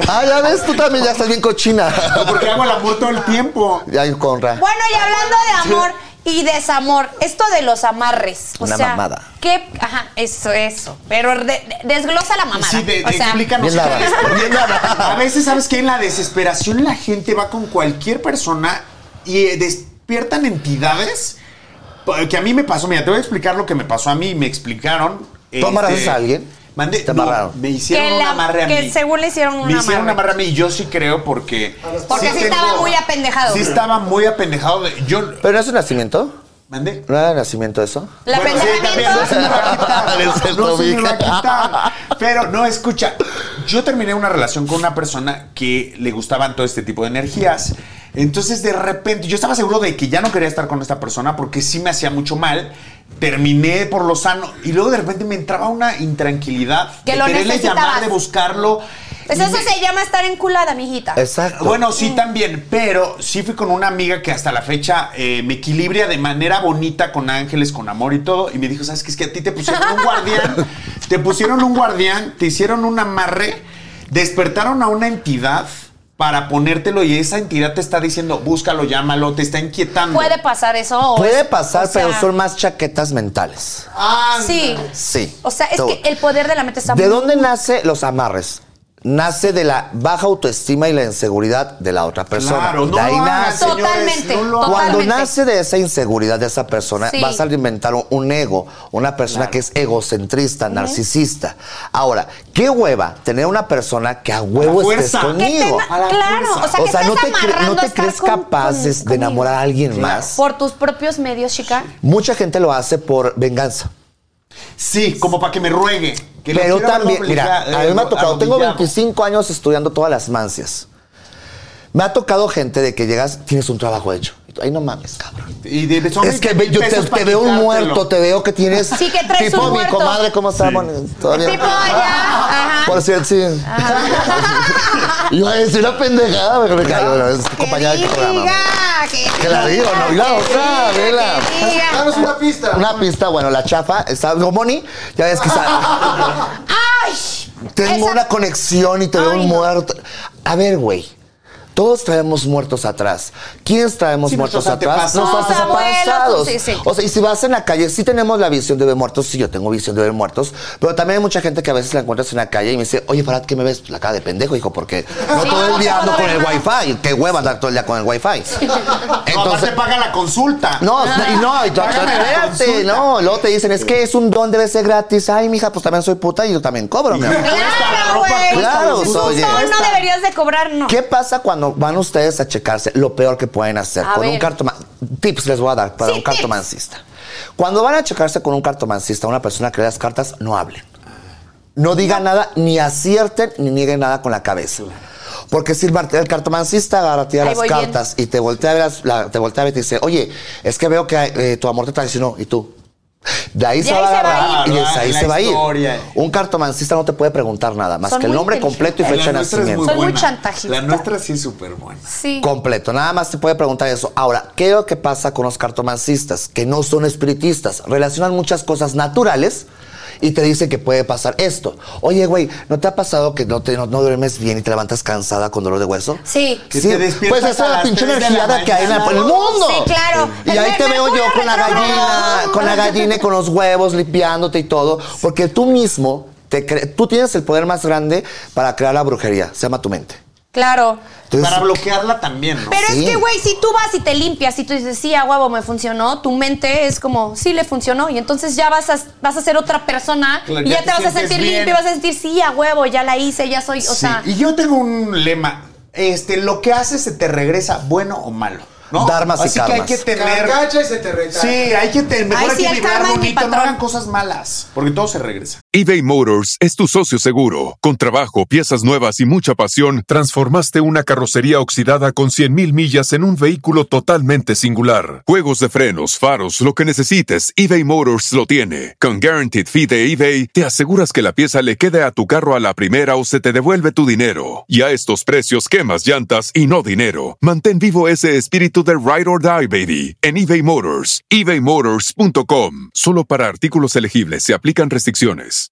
Speaker 2: ah, ya ves, tú también ya estás bien cochina.
Speaker 3: Porque hago el amor todo el tiempo.
Speaker 2: ya conra.
Speaker 1: Bueno, y hablando de amor y desamor, esto de los amarres. O
Speaker 2: Una
Speaker 1: sea,
Speaker 2: mamada.
Speaker 1: ¿qué? Ajá, eso, eso. Pero de- de- desglosa la mamada.
Speaker 3: Sí, de-
Speaker 1: o
Speaker 3: de-
Speaker 1: sea,
Speaker 3: explícanos.
Speaker 2: Bien nada. Bien nada.
Speaker 3: A veces, ¿sabes que En la desesperación la gente va con cualquier persona y eh, despiertan entidades pa- que a mí me pasó. Mira, te voy a explicar lo que me pasó a mí. Me explicaron. este,
Speaker 2: amarraste a alguien?
Speaker 3: Mandé,
Speaker 2: ¿Te
Speaker 3: no,
Speaker 2: amarraron?
Speaker 3: me hicieron
Speaker 1: Que
Speaker 3: un
Speaker 1: la-
Speaker 3: amarre a mí.
Speaker 1: que según le hicieron un
Speaker 3: Me hicieron un
Speaker 1: amarre.
Speaker 3: amarre a mí y yo sí creo porque...
Speaker 1: Porque sí estaba muy apendejado.
Speaker 3: Sí estaba muy apendejado. de- yo...
Speaker 2: ¿Pero no es un nacimiento?
Speaker 3: ¿Mandé?
Speaker 2: ¿No era nacimiento eso?
Speaker 1: La
Speaker 3: Bueno, sí, también,
Speaker 1: pendejamiento.
Speaker 3: no se me va a quitar.
Speaker 2: Le acertó,
Speaker 3: No se me va a
Speaker 2: mija.
Speaker 3: quitar. Pero no, escucha. Yo terminé una relación con una persona que le gustaban todo este tipo de energías. Entonces, de repente, yo estaba seguro de que ya no quería estar con esta persona porque sí me hacía mucho mal. Terminé por lo sano y luego de repente me entraba una intranquilidad
Speaker 1: Que
Speaker 3: de
Speaker 1: lo
Speaker 3: quererle
Speaker 1: necesitabas.
Speaker 3: llamar, de buscarlo.
Speaker 1: Pues
Speaker 3: Y
Speaker 1: eso
Speaker 3: me-
Speaker 1: se llama estar enculada, mijita.
Speaker 2: Exacto.
Speaker 3: Bueno, sí, también, pero sí fui con una amiga que hasta la fecha eh, me equilibra de manera bonita con ángeles, con amor y todo. Y me dijo, ¿sabes qué? Es que a ti te pusieron un guardián, te pusieron un guardián, te hicieron un amarre, despertaron a una entidad para ponértelo y esa entidad te está diciendo, búscalo, llámalo, te está inquietando.
Speaker 1: Puede pasar eso. o-
Speaker 2: Puede pasar,
Speaker 1: o sea,
Speaker 2: pero son más chaquetas mentales.
Speaker 3: Ah,
Speaker 1: Sí.
Speaker 2: Sí.
Speaker 1: O sea, es
Speaker 2: Tú.
Speaker 1: que el poder de la mente está
Speaker 2: ¿De
Speaker 1: muy-
Speaker 2: dónde nace los amarres? Nace de la baja autoestima y la inseguridad de la otra persona.
Speaker 3: Claro, no
Speaker 2: de ahí
Speaker 3: lo hagan,
Speaker 2: nace.
Speaker 3: señores,
Speaker 1: Totalmente,
Speaker 3: no lo hagan.
Speaker 1: totalmente.
Speaker 2: Cuando nace de esa inseguridad de esa persona,
Speaker 1: Sí.
Speaker 2: vas a alimentar un- un ego, una persona que es egocentrista, narcisista. Ahora, qué hueva tener una persona que a huevo estés
Speaker 3: fuerza. Que
Speaker 1: Que
Speaker 2: conmigo.
Speaker 1: tenga-
Speaker 3: A la
Speaker 1: claro,
Speaker 3: fuerza.
Speaker 1: o sea, que
Speaker 2: no
Speaker 1: estés
Speaker 2: te, cre-
Speaker 1: amarrando
Speaker 2: no te
Speaker 1: a estar
Speaker 2: crees
Speaker 1: con-
Speaker 2: capaz
Speaker 1: con-
Speaker 2: de- de,
Speaker 1: conmigo.
Speaker 2: enamorar a alguien más.
Speaker 1: Por tus propios medios, chica.
Speaker 2: Mucha gente lo hace por venganza.
Speaker 3: Sí, como para que me ruegue. que lo
Speaker 2: Pero
Speaker 3: quiero ver
Speaker 2: también, mira,
Speaker 3: obliga-
Speaker 2: a mí me ha tocado, tengo
Speaker 3: arrodillado.
Speaker 2: 25 años estudiando todas las mancias. Me ha tocado gente de que llegas, tienes un trabajo hecho. Y tú, Ay, no mames, cabrón.
Speaker 3: Y de- son
Speaker 2: Es que
Speaker 3: 20
Speaker 2: ve- yo te,
Speaker 3: pesos para
Speaker 2: te veo un
Speaker 3: quitártelo.
Speaker 2: muerto, te veo que tienes.
Speaker 1: Sí, que traes
Speaker 2: tipo,
Speaker 1: un
Speaker 2: mi
Speaker 1: muerto.
Speaker 2: comadre, ¿cómo está? Bueno, todavía.
Speaker 1: Tipo allá. Ajá.
Speaker 2: Por cierto, sí.
Speaker 1: Ah.
Speaker 2: Iba a decir una pendejada, pero me cayó. Bueno, es compañera del programa.
Speaker 1: que,
Speaker 2: Que la digo, no, y la
Speaker 1: que diga,
Speaker 2: otra, vela.
Speaker 1: que diga.
Speaker 3: Danos una pista.
Speaker 2: Una pista, bueno, la chafa, está no, Moni, ya ves que está.
Speaker 1: ¡Ay!
Speaker 2: Tengo
Speaker 1: Esa-
Speaker 2: una conexión y te veo
Speaker 1: Ay,
Speaker 2: un
Speaker 1: no.
Speaker 2: muerto. A ver, güey. Todos traemos muertos atrás. ¿Quiénes traemos
Speaker 3: Sí,
Speaker 2: muertos
Speaker 3: nuestros
Speaker 2: atrás?
Speaker 3: antepasados.
Speaker 2: Nuestros
Speaker 1: Tus abuelos,
Speaker 2: antepasados.
Speaker 1: sí, sí.
Speaker 2: O sea, y si vas en la calle, sí tenemos la visión de ver muertos, sí, yo tengo visión de ver muertos, pero también hay mucha gente que a veces la encuentras en la calle y me dice, oye, Farad, ¿qué me ves? La cara de pendejo, hijo, porque no
Speaker 1: Sí,
Speaker 2: todo
Speaker 1: no
Speaker 2: el día
Speaker 1: puedo
Speaker 2: ando con
Speaker 1: ver
Speaker 2: el
Speaker 1: nada.
Speaker 2: wifi. Qué hueva andar todo el día con el wifi.
Speaker 3: No, aparte paga la consulta.
Speaker 2: No, y no, y tú,
Speaker 3: Págame la
Speaker 2: espérate,
Speaker 3: consulta.
Speaker 2: no. Luego te dicen, es que es un don, debe ser gratis. Ay, mija, pues también soy puta y yo también cobro, mi amor.
Speaker 3: la
Speaker 1: ¡Claro,
Speaker 3: ropa,
Speaker 1: güey!
Speaker 2: claro,
Speaker 1: Tú solo
Speaker 2: oye.
Speaker 1: no deberías de cobrar, no.
Speaker 2: ¿Qué pasa cuando van ustedes a checarse lo peor que pueden hacer
Speaker 1: A
Speaker 2: con un
Speaker 1: ver.
Speaker 2: cartomancista? Tips les voy a dar para
Speaker 1: Sí,
Speaker 2: un cartomancista. Cuando van a checarse con un cartomancista, una persona que lee las cartas, no hablen. No digan nada, ni acierten, ni nieguen nada con la cabeza. Porque si el mar- el cartomancista agarra tira
Speaker 1: Ahí
Speaker 2: las
Speaker 1: voy bien.
Speaker 2: cartas y te voltea, a ver las- la- te voltea a ver y te dice, oye, es que veo que eh, tu amor te traicionó y tú. De ahí, se,
Speaker 1: ahí
Speaker 2: va
Speaker 1: se
Speaker 2: a
Speaker 1: va a
Speaker 2: agarrar
Speaker 3: ir.
Speaker 2: y desde
Speaker 3: Ah,
Speaker 2: ahí
Speaker 3: la
Speaker 2: se va a ir.
Speaker 3: historia.
Speaker 2: Un cartomancista no te puede preguntar nada más
Speaker 1: Son
Speaker 2: que el
Speaker 1: muy
Speaker 2: nombre completo y
Speaker 3: La
Speaker 2: fecha de
Speaker 3: nuestra es
Speaker 2: nacimiento.
Speaker 1: Soy muy
Speaker 3: buena.
Speaker 1: chantajista.
Speaker 3: La nuestra sí es súper buena.
Speaker 1: Sí.
Speaker 2: Completo, nada más te puede preguntar eso. Ahora, ¿qué es lo que pasa con los cartomancistas? Que no son espiritistas, relacionan muchas cosas naturales y te dicen que puede pasar esto. Oye, güey, ¿no te ha pasado que no, te, no, no duermes bien y te levantas cansada con dolor de hueso?
Speaker 1: Sí.
Speaker 3: Que te despiertas
Speaker 2: pues esa
Speaker 3: a
Speaker 2: es la
Speaker 3: las
Speaker 2: pinche
Speaker 3: tres de la
Speaker 2: energía de que hay en el
Speaker 3: mañana.
Speaker 2: el mundo.
Speaker 1: Sí, claro.
Speaker 2: Y
Speaker 1: El
Speaker 2: ahí
Speaker 1: mer-
Speaker 2: te veo yo
Speaker 1: Mercurio
Speaker 2: con la
Speaker 1: retrógrado.
Speaker 2: gallina, con la gallina y con los huevos, limpiándote y todo, porque tú mismo, te cre- tú tienes el poder más grande para crear la brujería, se llama tu mente.
Speaker 1: Claro.
Speaker 2: Entonces,
Speaker 3: Para bloquearla también, ¿no?
Speaker 1: Pero
Speaker 2: Sí.
Speaker 1: es que, güey, si tú vas y te limpias y tú dices, sí, a huevo me funcionó, tu mente es como, sí, le funcionó. Y entonces ya vas a, vas a ser otra persona
Speaker 3: Claro,
Speaker 1: y
Speaker 3: ya
Speaker 1: ya,
Speaker 3: te
Speaker 1: te, vas a
Speaker 3: sientes
Speaker 1: sentir
Speaker 3: bien.
Speaker 1: limpio y vas a sentir, sí, a huevo, ya la hice, ya soy, o
Speaker 3: Sí,
Speaker 1: sea.
Speaker 3: Y yo tengo un lema. Este, lo que haces se te regresa bueno o malo. ¿no?
Speaker 2: Dharmas y
Speaker 3: Así
Speaker 2: karmas.
Speaker 3: que hay que tener.
Speaker 4: Carcacha y se te recacha.
Speaker 3: Sí, hay que tener. Mejor
Speaker 1: Ay,
Speaker 3: hay
Speaker 1: sí,
Speaker 3: que
Speaker 1: el
Speaker 3: vibrar
Speaker 1: karma es mi
Speaker 3: bonito, no
Speaker 1: patrón.
Speaker 3: hagan cosas malas. Porque todo se regresa.
Speaker 6: eBay Motors es tu socio seguro. Con trabajo, piezas nuevas y mucha pasión, transformaste una carrocería oxidada con 100.000 millas en un vehículo totalmente singular. Juegos de frenos, faros, lo que necesites, eBay Motors lo tiene. Con Guaranteed Fee de eBay, te aseguras que la pieza le quede a tu carro a la primera o se te devuelve tu dinero. Y a estos precios, quemas llantas y no dinero. Mantén vivo ese espíritu de Ride or Die, baby, en eBay Motors. ebaymotors.com. Solo para artículos elegibles se aplican restricciones.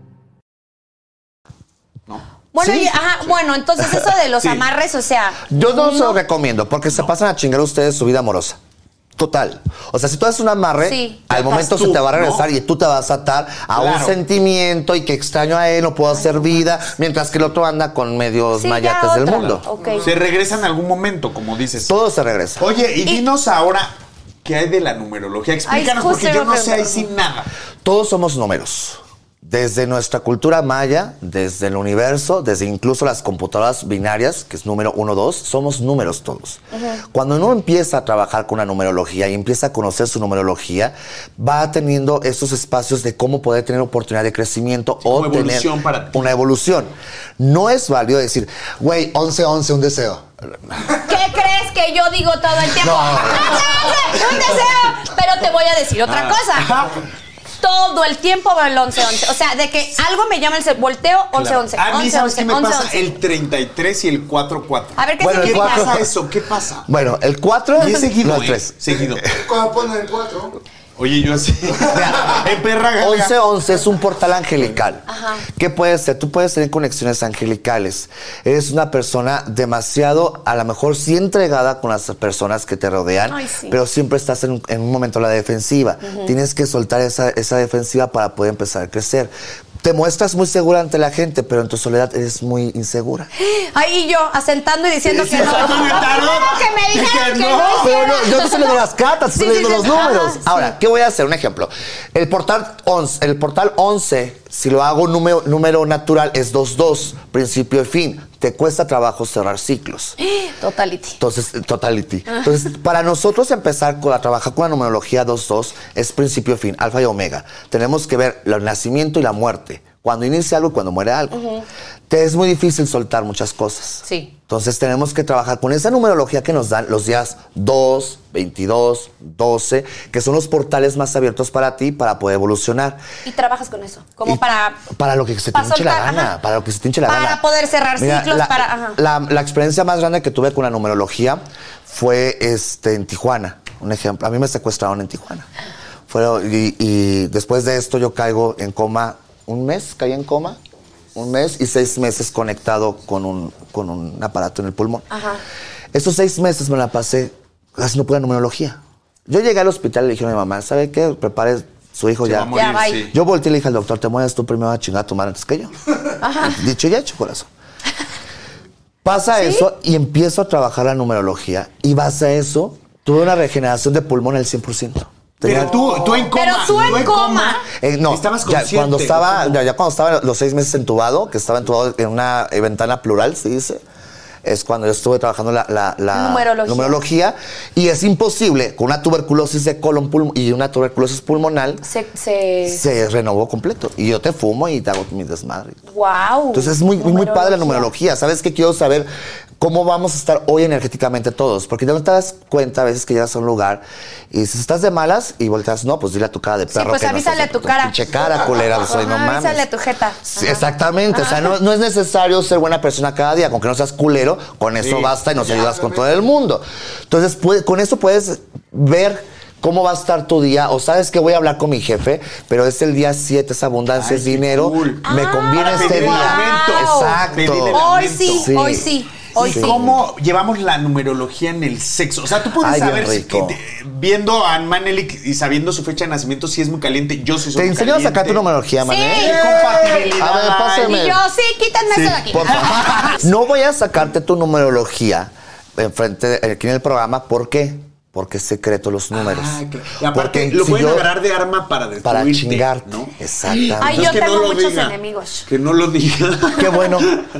Speaker 1: Bueno,
Speaker 2: Sí.
Speaker 1: y- ajá, bueno, entonces eso de los
Speaker 3: Sí.
Speaker 1: amarres, o sea,
Speaker 2: Yo no se lo recomiendo porque se pasan a chingar ustedes su vida amorosa. total. O sea, si tú haces un amarre,
Speaker 1: Sí.
Speaker 2: al
Speaker 3: Atas
Speaker 2: momento
Speaker 3: tú,
Speaker 2: se te va a
Speaker 3: ¿no?
Speaker 2: regresar y tú te vas a atar a un
Speaker 3: Claro.
Speaker 2: sentimiento y que extraño a él, no puedo hacer vida, mientras que el otro anda con medios
Speaker 1: Sí, ya
Speaker 2: mayates del
Speaker 1: otra.
Speaker 2: mundo.
Speaker 1: Ok.
Speaker 3: Se regresa en algún momento, como dices.
Speaker 2: Todo se regresa.
Speaker 3: Oye, y dinos ahora qué hay de la numerología. Explícanos,
Speaker 1: justo
Speaker 3: porque
Speaker 1: iba
Speaker 3: yo
Speaker 1: a
Speaker 3: no sé ahí
Speaker 1: preguntar.
Speaker 3: sin nada.
Speaker 2: Todos somos números. Desde nuestra cultura maya, desde el universo, desde incluso las computadoras binarias, que es número 1, 2, somos números todos. Cuando uno empieza a trabajar con la numerología y empieza a conocer su numerología, va teniendo estos espacios de cómo poder tener oportunidad de crecimiento o
Speaker 3: como
Speaker 2: tener
Speaker 3: evolución para ti.
Speaker 2: una evolución. No es válido decir, güey, 11, 11, un deseo.
Speaker 1: ¿Qué crees que yo digo todo el tiempo?
Speaker 2: No.
Speaker 1: ¡Atrás, ¡Un deseo! Pero te voy a decir
Speaker 2: Ah.
Speaker 1: otra cosa. Todo el tiempo va el 11-11. O sea, de que algo me llama el ce- volteo 11-11.
Speaker 3: A mí, Ah, ¿sabes qué me
Speaker 1: 11-11,
Speaker 3: pasa?
Speaker 1: 11-11.
Speaker 3: El 33 y el 44.
Speaker 1: A ver qué
Speaker 2: Bueno, el
Speaker 3: ¿Qué
Speaker 1: significa.
Speaker 3: pasa eso? ¿Qué pasa?
Speaker 2: Bueno, el 4
Speaker 3: Y es seguido,
Speaker 2: no, el
Speaker 3: ¿eh?
Speaker 2: 3.
Speaker 3: Seguido.
Speaker 4: Cuando ponen el 4,
Speaker 3: Oye, yo así. en perra gaga.
Speaker 2: 1111 es un portal angelical.
Speaker 1: Ajá.
Speaker 2: ¿Qué puede ser? Tú puedes tener conexiones angelicales. Eres una persona demasiado, a lo mejor sí entregada con las personas que te rodean,
Speaker 1: Ay, sí.
Speaker 2: pero siempre estás en, un- en un momento a la defensiva. Tienes que soltar esa, esa defensiva para poder empezar a crecer. Te muestras muy segura ante la gente, pero en tu soledad eres muy insegura.
Speaker 1: Ahí yo, asentando y diciendo que no.
Speaker 3: Exacto, en el tarot.
Speaker 1: Como que me dijeron que
Speaker 3: Dije,
Speaker 1: no.
Speaker 3: no,
Speaker 2: Pero no, yo no estoy leyendo las cartas,
Speaker 1: Sí,
Speaker 2: estoy leyendo
Speaker 1: sí,
Speaker 2: los
Speaker 1: sí, ajá,
Speaker 2: números.
Speaker 1: sí.
Speaker 2: Ahora, ¿qué voy a hacer? Un ejemplo. El portal 11, el portal 11 si lo hago número, número natural, es 2-2, principio y fin. Te cuesta trabajo cerrar ciclos.
Speaker 1: Totality.
Speaker 2: Entonces, totality. Entonces, para nosotros empezar con- a trabajar con la numerología 2-2 es principio y fin, alfa y omega. Tenemos que ver el nacimiento y la muerte. Cuando inicia algo y cuando muere algo. Te es muy difícil soltar muchas cosas.
Speaker 1: Sí.
Speaker 2: Entonces tenemos que trabajar con esa numerología que nos dan los días 2, 22, 12, que son los portales más abiertos para ti para poder evolucionar.
Speaker 1: Y trabajas con eso. Como
Speaker 2: Y
Speaker 1: para.
Speaker 2: para lo que se te
Speaker 1: para
Speaker 2: hinche la
Speaker 1: soltar,
Speaker 2: gana,
Speaker 1: ajá.
Speaker 2: para lo que se te hinche la
Speaker 1: Para
Speaker 2: gana.
Speaker 1: poder cerrar ciclos,
Speaker 2: la,
Speaker 1: para- ajá.
Speaker 2: La, la experiencia más grande que tuve con la numerología fue este, en Tijuana. Un ejemplo, a mí me secuestraron en Tijuana. Fueron- y, y después de esto yo caigo en coma un mes, caí en coma un mes y seis meses conectado con un, con un aparato en el pulmón.
Speaker 1: Ajá.
Speaker 2: Esos seis meses me la pasé haciendo pura numerología. Yo llegué al hospital y le dije a mi mamá, ¿sabe qué? Prepare su hijo
Speaker 3: Se
Speaker 2: ya.
Speaker 3: va a morir,
Speaker 1: Ya, bye.
Speaker 3: sí.
Speaker 2: Yo volteé y le dije al doctor, te mueres tú primero a chingar a tu madre antes que yo. Dicho y hecho, corazón. Pasa eso y empiezo a trabajar la numerología. Y base a eso, tuve una regeneración de pulmón al 100%. Tenía-
Speaker 3: Pero tú, tú en coma.
Speaker 1: Pero tú en coma.
Speaker 2: Eh, no,
Speaker 3: Estabas
Speaker 2: ya
Speaker 3: consciente.
Speaker 2: cuando estaba,
Speaker 3: ¿no?
Speaker 2: ya, ya cuando estaba los seis meses entubado, que estaba entubado en una eh, ventana plural, se dice, es cuando yo estuve trabajando la, la- la
Speaker 1: Numerología.
Speaker 2: numerología, y es imposible con una tuberculosis de colon pulmo- y una tuberculosis pulmonal
Speaker 1: Se. se...
Speaker 2: se renovó completo. Y yo te fumo y te hago mi desmadre.
Speaker 1: Wow.
Speaker 2: Entonces es muy, muy, muy padre la numerología. ¿Sabes qué? Quiero saber cómo vamos a estar hoy energéticamente todos. Porque ya no te das cuenta a veces que llegas a un lugar y si estás de malas y volteas, no, pues dile a tu cara de perro.
Speaker 1: pues
Speaker 2: que no
Speaker 1: avísale
Speaker 2: seas-
Speaker 1: a tu cara.
Speaker 2: Pinche cara, culera. pues, ay, no
Speaker 1: Ajá,
Speaker 2: mames.
Speaker 1: avísale a tu jeta.
Speaker 2: Sí,
Speaker 1: Ajá.
Speaker 2: exactamente. O sea, no, no es necesario ser buena persona cada día. Con que no seas culero, con eso
Speaker 3: Sí.
Speaker 2: basta y nos ayudas con todo el mundo. Entonces, pu- con eso puedes ver cómo va a estar tu día. O sabes que voy a hablar con mi jefe, pero es el día 7, es abundancia,
Speaker 3: Ay,
Speaker 2: es
Speaker 3: qué
Speaker 2: dinero.
Speaker 3: cool.
Speaker 2: Me
Speaker 1: Ah,
Speaker 2: conviene este
Speaker 3: pedir el
Speaker 2: día.
Speaker 3: aumento. Pedir el
Speaker 2: Exacto.
Speaker 1: Hoy
Speaker 3: Lamento.
Speaker 1: sí,
Speaker 2: Sí.
Speaker 1: hoy sí, hoy
Speaker 3: ¿Y
Speaker 1: sí.
Speaker 3: cómo llevamos la numerología en el sexo? O sea, tú puedes
Speaker 2: Ay, bien
Speaker 3: saber si-
Speaker 2: rico.
Speaker 3: que te- viendo a Manelik y sabiendo su fecha de nacimiento, si es muy caliente. Yo sí soy
Speaker 2: Te
Speaker 3: muy
Speaker 2: enseño a
Speaker 3: caliente.
Speaker 2: sacar tu numerología, Mané.
Speaker 3: ¡Qué compatibilidad!
Speaker 2: A ver, pásame.
Speaker 1: Y yo, sí, quítenme eso de aquí.
Speaker 2: Por favor. No voy a sacarte tu numerología en frente de- aquí en el programa. ¿Por qué? Porque es secreto los números.
Speaker 3: Ah, claro. Y aparte,
Speaker 2: Porque
Speaker 3: lo
Speaker 2: si
Speaker 3: pueden
Speaker 2: yo-
Speaker 3: agarrar de arma para destruirte.
Speaker 2: para chingarte.
Speaker 3: ¿no?
Speaker 2: Exactamente.
Speaker 1: Ay,
Speaker 3: Entonces,
Speaker 1: yo
Speaker 3: que
Speaker 1: tengo
Speaker 3: lo
Speaker 1: muchos
Speaker 3: diga.
Speaker 1: enemigos.
Speaker 3: Que no lo diga.
Speaker 2: Qué bueno.
Speaker 1: Ah,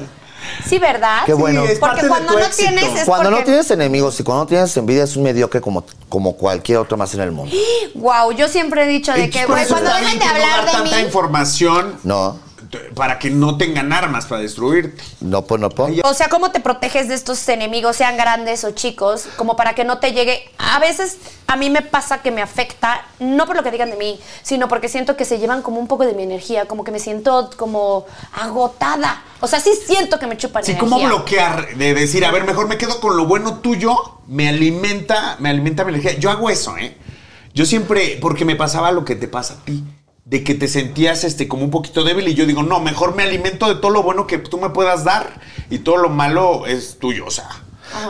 Speaker 1: Sí, ¿verdad?
Speaker 2: Qué bueno.
Speaker 3: Sí, es parte
Speaker 1: Porque
Speaker 3: de
Speaker 1: cuando
Speaker 3: tu
Speaker 1: no
Speaker 3: éxito.
Speaker 1: tienes es
Speaker 2: Cuando no
Speaker 1: porque-
Speaker 2: tienes enemigos y cuando no tienes envidia es un mediocre como, como cualquier otro más en el mundo.
Speaker 1: Wow, yo siempre he dicho de
Speaker 3: Entonces,
Speaker 1: que,
Speaker 3: por
Speaker 1: güey,
Speaker 3: eso
Speaker 1: cuando
Speaker 3: está
Speaker 1: dejen de
Speaker 3: bien que no
Speaker 1: hablar
Speaker 3: dar
Speaker 1: de
Speaker 3: tanta
Speaker 1: mí.
Speaker 3: información
Speaker 2: No,
Speaker 3: t- para que no tengan armas para destruirte.
Speaker 2: no, pues no puedo.
Speaker 1: O sea, ¿cómo te proteges de estos enemigos, sean grandes o chicos, como para que no te llegue? A veces a mí me pasa que me afecta, no por lo que digan de mí, sino porque siento que se llevan como un poco de mi energía, como que me siento como agotada. O sea, sí siento que me chupan
Speaker 3: Sí,
Speaker 1: energía.
Speaker 3: ¿cómo bloquear? De decir, a ver, mejor me quedo con lo bueno tuyo, me alimenta, me alimenta mi energía. Yo hago eso, ¿eh? Yo siempre, porque me pasaba lo que te pasa a ti, de que te sentías este, como un poquito débil y yo digo, no, mejor me alimento de todo lo bueno que tú me puedas dar y todo lo malo es tuyo, o sea.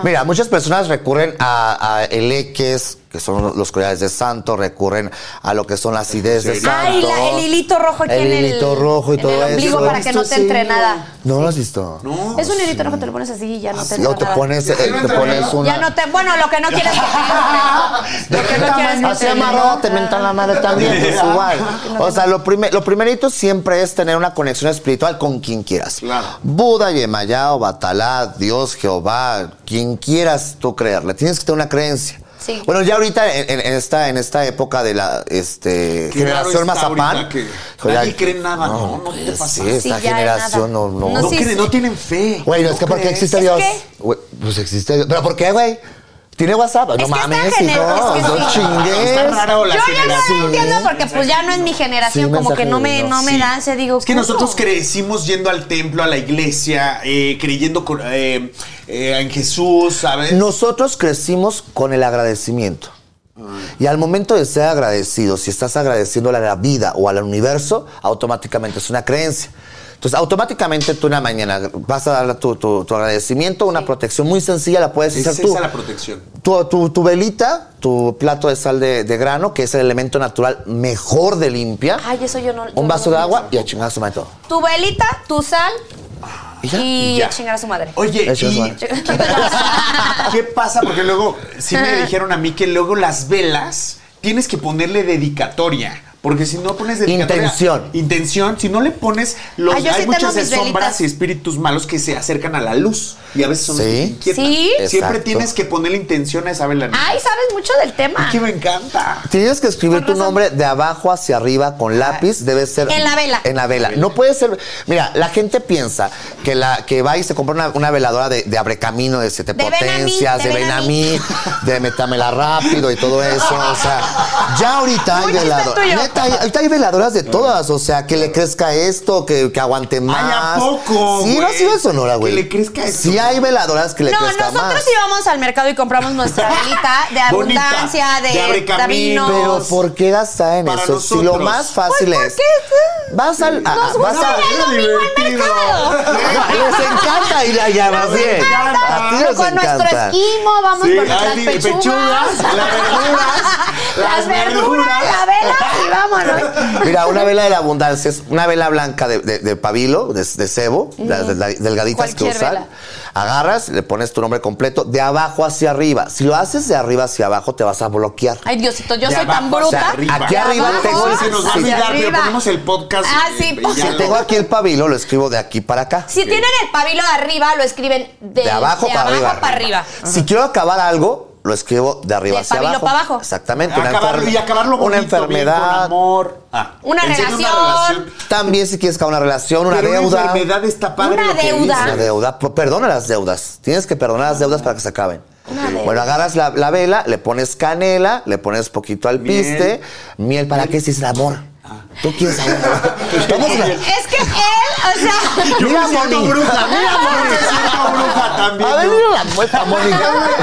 Speaker 2: Mira, muchas personas recurren a, a eleques, que son los- los collares de santo, recurren a lo que son las ideas de santo.
Speaker 1: Ay, la- el hilito rojo aquí en
Speaker 2: El
Speaker 1: el.
Speaker 2: hilito rojo y
Speaker 1: en
Speaker 2: todo
Speaker 1: el ombligo
Speaker 2: eso.
Speaker 1: para que no te entre nada.
Speaker 2: ¿No lo has visto?
Speaker 3: No.
Speaker 1: Es un hilito rojo, te lo pones así y ya no te entra
Speaker 2: Luego Ah, te
Speaker 1: nada.
Speaker 2: pones, eh, te pones una...
Speaker 1: Ya no te. Bueno, lo que no quieres que te entre. Lo que no quieres que
Speaker 2: Así
Speaker 1: te entre.
Speaker 2: amarrado te mentan la madre también, pues igual. O sea, lo, primer, lo primerito siempre es tener una conexión espiritual con quien quieras.
Speaker 3: Claro.
Speaker 2: Buda, Yemayá, Batalá, Dios, Jehová, quien quieras tú creerle. Tienes que tener una creencia.
Speaker 1: Sí.
Speaker 2: Bueno, ya ahorita en, en- en esta, en esta época de la este,
Speaker 3: Qué raro
Speaker 2: generación
Speaker 3: está
Speaker 2: Mazapán.
Speaker 3: ahorita que
Speaker 2: joder,
Speaker 3: nadie cree en nada, ¿no? No te
Speaker 2: pues,
Speaker 3: pases.
Speaker 2: Sí, esta
Speaker 1: Sí, ya
Speaker 2: generación
Speaker 1: nada.
Speaker 2: no, no.
Speaker 1: No,
Speaker 3: No,
Speaker 1: sí,
Speaker 3: creen-
Speaker 1: sí.
Speaker 3: no tienen fe.
Speaker 2: Güey, no es que porque
Speaker 3: crees?
Speaker 2: existe
Speaker 1: ¿Es
Speaker 2: Dios.
Speaker 1: que?
Speaker 2: Güey, pues existe Dios. ¿Pero por qué, güey? ¿Tiene WhatsApp? No
Speaker 1: que está
Speaker 2: mames,
Speaker 1: gener- es
Speaker 2: hijo.
Speaker 1: que
Speaker 2: No
Speaker 1: sí.
Speaker 2: chingues.
Speaker 3: Está raro la
Speaker 1: Yo ya no
Speaker 3: generación.
Speaker 1: lo entiendo porque pues ya no es mi generación,
Speaker 2: Sí,
Speaker 1: como
Speaker 2: mensaje
Speaker 1: que no me,
Speaker 2: de
Speaker 1: no me
Speaker 3: Sí.
Speaker 1: dan, se digo.
Speaker 3: Es que
Speaker 1: ¿cómo?
Speaker 3: nosotros crecimos yendo al templo, a la iglesia, eh, creyendo con- eh, eh, en Jesús, ¿sabes?
Speaker 2: Nosotros crecimos con el agradecimiento. Y al momento de ser agradecido, si estás agradeciendo a la vida o al universo, automáticamente es una creencia. Entonces, automáticamente tú una mañana vas a darle tu, tu- tu agradecimiento, una protección muy sencilla, la puedes
Speaker 3: es
Speaker 2: hacer
Speaker 3: esa
Speaker 2: tú.
Speaker 3: la protección.
Speaker 2: tu, tu- tu velita, tu plato de sal de, de grano, que es el elemento natural mejor de limpia.
Speaker 1: Ay, eso yo no. yo
Speaker 2: un
Speaker 1: no
Speaker 2: vaso de
Speaker 1: lo
Speaker 2: agua
Speaker 1: pienso.
Speaker 2: y a chingar a su madre todo.
Speaker 1: Tu velita, tu sal
Speaker 2: Y ya.
Speaker 1: y
Speaker 3: Ya.
Speaker 1: a chingar a su madre.
Speaker 3: Oye,
Speaker 2: Eso es
Speaker 3: y-
Speaker 2: bueno.
Speaker 3: ¿qué pasa? Porque luego, sí me dijeron a mí que luego las velas tienes que ponerle dedicatoria. Porque si no pones dedicatoria.
Speaker 2: Intención.
Speaker 3: Intención. Si no le pones los.
Speaker 1: Ah, yo sí
Speaker 3: hay
Speaker 1: tengo
Speaker 3: muchas
Speaker 1: mis
Speaker 3: sombras
Speaker 1: velitas.
Speaker 3: y espíritus malos que se acercan a la luz. Y a veces son
Speaker 2: Sí.
Speaker 3: inquietas.
Speaker 1: Sí. Ah.
Speaker 3: Siempre
Speaker 2: Exacto.
Speaker 3: tienes que ponerle intención a esa vela.
Speaker 1: Ay, sabes mucho del tema.
Speaker 3: que me encanta.
Speaker 2: Tienes que escribir
Speaker 1: Con
Speaker 2: tu
Speaker 1: razón. Ah.
Speaker 2: nombre de abajo hacia arriba con lápiz, debe ser
Speaker 1: En la vela.
Speaker 2: En la vela. No puede ser. Mira, la gente piensa que la que va y se compra una, una veladora de, de abrecamino de siete
Speaker 1: De ven a mí,
Speaker 2: potencias,
Speaker 1: de
Speaker 2: de
Speaker 1: ven a
Speaker 2: Benamí, de metamela rápido y todo eso. O sea, ya ahorita hay
Speaker 1: Muy chiste
Speaker 2: veladoras.
Speaker 1: tuyo.
Speaker 2: Neta, hay- ahorita hay veladoras de todas. O sea, que le crezca esto, que, que aguante más.
Speaker 3: ¿a poco,
Speaker 2: Sí, no
Speaker 3: güey?
Speaker 2: ha sido Sonora,
Speaker 3: Que
Speaker 2: güey.
Speaker 3: le crezca esto.
Speaker 2: Sí hay veladoras que le
Speaker 1: No,
Speaker 2: crezca
Speaker 1: nosotros
Speaker 2: más.
Speaker 1: íbamos al mercado y compramos nuestra velita de
Speaker 3: Bonita,
Speaker 1: abundancia, de,
Speaker 3: de abre camino.
Speaker 1: caminos.
Speaker 2: Pero ¿por qué gastar en
Speaker 3: Para
Speaker 2: eso? Si lo
Speaker 3: nosotros.
Speaker 2: más fácil
Speaker 1: Pues, ¿por
Speaker 2: es.
Speaker 1: qué?
Speaker 2: Vas al. a-
Speaker 1: Nos
Speaker 2: vas
Speaker 1: gusta
Speaker 2: a-
Speaker 1: el domingo al
Speaker 3: divertido.
Speaker 1: mercado.
Speaker 2: Les encanta ir allá más bien. A ti les
Speaker 1: con nuestro
Speaker 2: encanta.
Speaker 1: esquimo, vamos
Speaker 3: Sí,
Speaker 1: con nuestras
Speaker 3: ay,
Speaker 1: pechugas,
Speaker 3: pechugas, las verduras,
Speaker 1: las
Speaker 3: las
Speaker 1: verduras,
Speaker 3: verduras.
Speaker 1: la vela y vámonos.
Speaker 2: Mira, una vela de la abundancia es una vela blanca de, de- de pabilo, de, de cebo, las de- de- delgaditas que
Speaker 1: Cualquier
Speaker 2: usan.
Speaker 1: vela.
Speaker 2: Agarras, le pones tu nombre completo de abajo hacia arriba. Si lo haces de arriba hacia abajo, te vas a bloquear.
Speaker 1: Ay, Diosito, yo
Speaker 3: De
Speaker 1: soy tan
Speaker 3: abajo hacia
Speaker 1: bruta.
Speaker 3: arriba.
Speaker 2: Aquí
Speaker 1: De
Speaker 2: arriba
Speaker 1: abajo
Speaker 2: tengo-
Speaker 3: Se nos va a
Speaker 1: hacia
Speaker 2: Sí.
Speaker 3: olvidar, pero
Speaker 1: arriba.
Speaker 3: ponemos el podcast.
Speaker 1: Ah,
Speaker 3: y-
Speaker 1: sí,
Speaker 3: y
Speaker 1: pues.
Speaker 3: ya
Speaker 2: Si
Speaker 3: lo-
Speaker 2: tengo aquí el pabilo, lo escribo de aquí para acá.
Speaker 1: Si tienen el pabilo de arriba, lo escriben de,
Speaker 2: De abajo
Speaker 1: de
Speaker 2: para
Speaker 1: abajo
Speaker 2: arriba.
Speaker 1: para arriba.
Speaker 2: Si quiero acabar algo, lo escribo de arriba
Speaker 1: Del
Speaker 2: hacia
Speaker 1: pabilo
Speaker 2: abajo.
Speaker 1: para abajo.
Speaker 2: Exactamente. una
Speaker 3: Acabarlo,
Speaker 2: enfer-
Speaker 3: y acabarlo bonito,
Speaker 2: Una
Speaker 3: bien, con
Speaker 2: enfermedad.
Speaker 3: amor. Ah,
Speaker 1: Una
Speaker 3: en serio,
Speaker 1: relación.
Speaker 2: También si quieres acabar una relación, una
Speaker 3: Pero
Speaker 2: deuda.
Speaker 3: Una enfermedad está padre.
Speaker 1: Una
Speaker 3: lo que
Speaker 1: deuda.
Speaker 3: dice.
Speaker 2: Una deuda. Pro- Perdona las deudas. Tienes que perdonar las deudas para que se acaben.
Speaker 1: Una deuda.
Speaker 2: Bueno, agarras la, la vela, le pones canela, le pones poquito al
Speaker 3: Miel.
Speaker 2: piste. Miel, ¿para qué? Si es el amor. Tú quieres amor. Estamos en la-
Speaker 1: Es que él, o sea,
Speaker 3: Yo
Speaker 2: Mira,
Speaker 3: me siento
Speaker 2: Moni.
Speaker 3: bruja, mira, Moni, me siento bruja también.
Speaker 2: A ver,
Speaker 3: ¿no?
Speaker 2: mira la muestra, Mónica.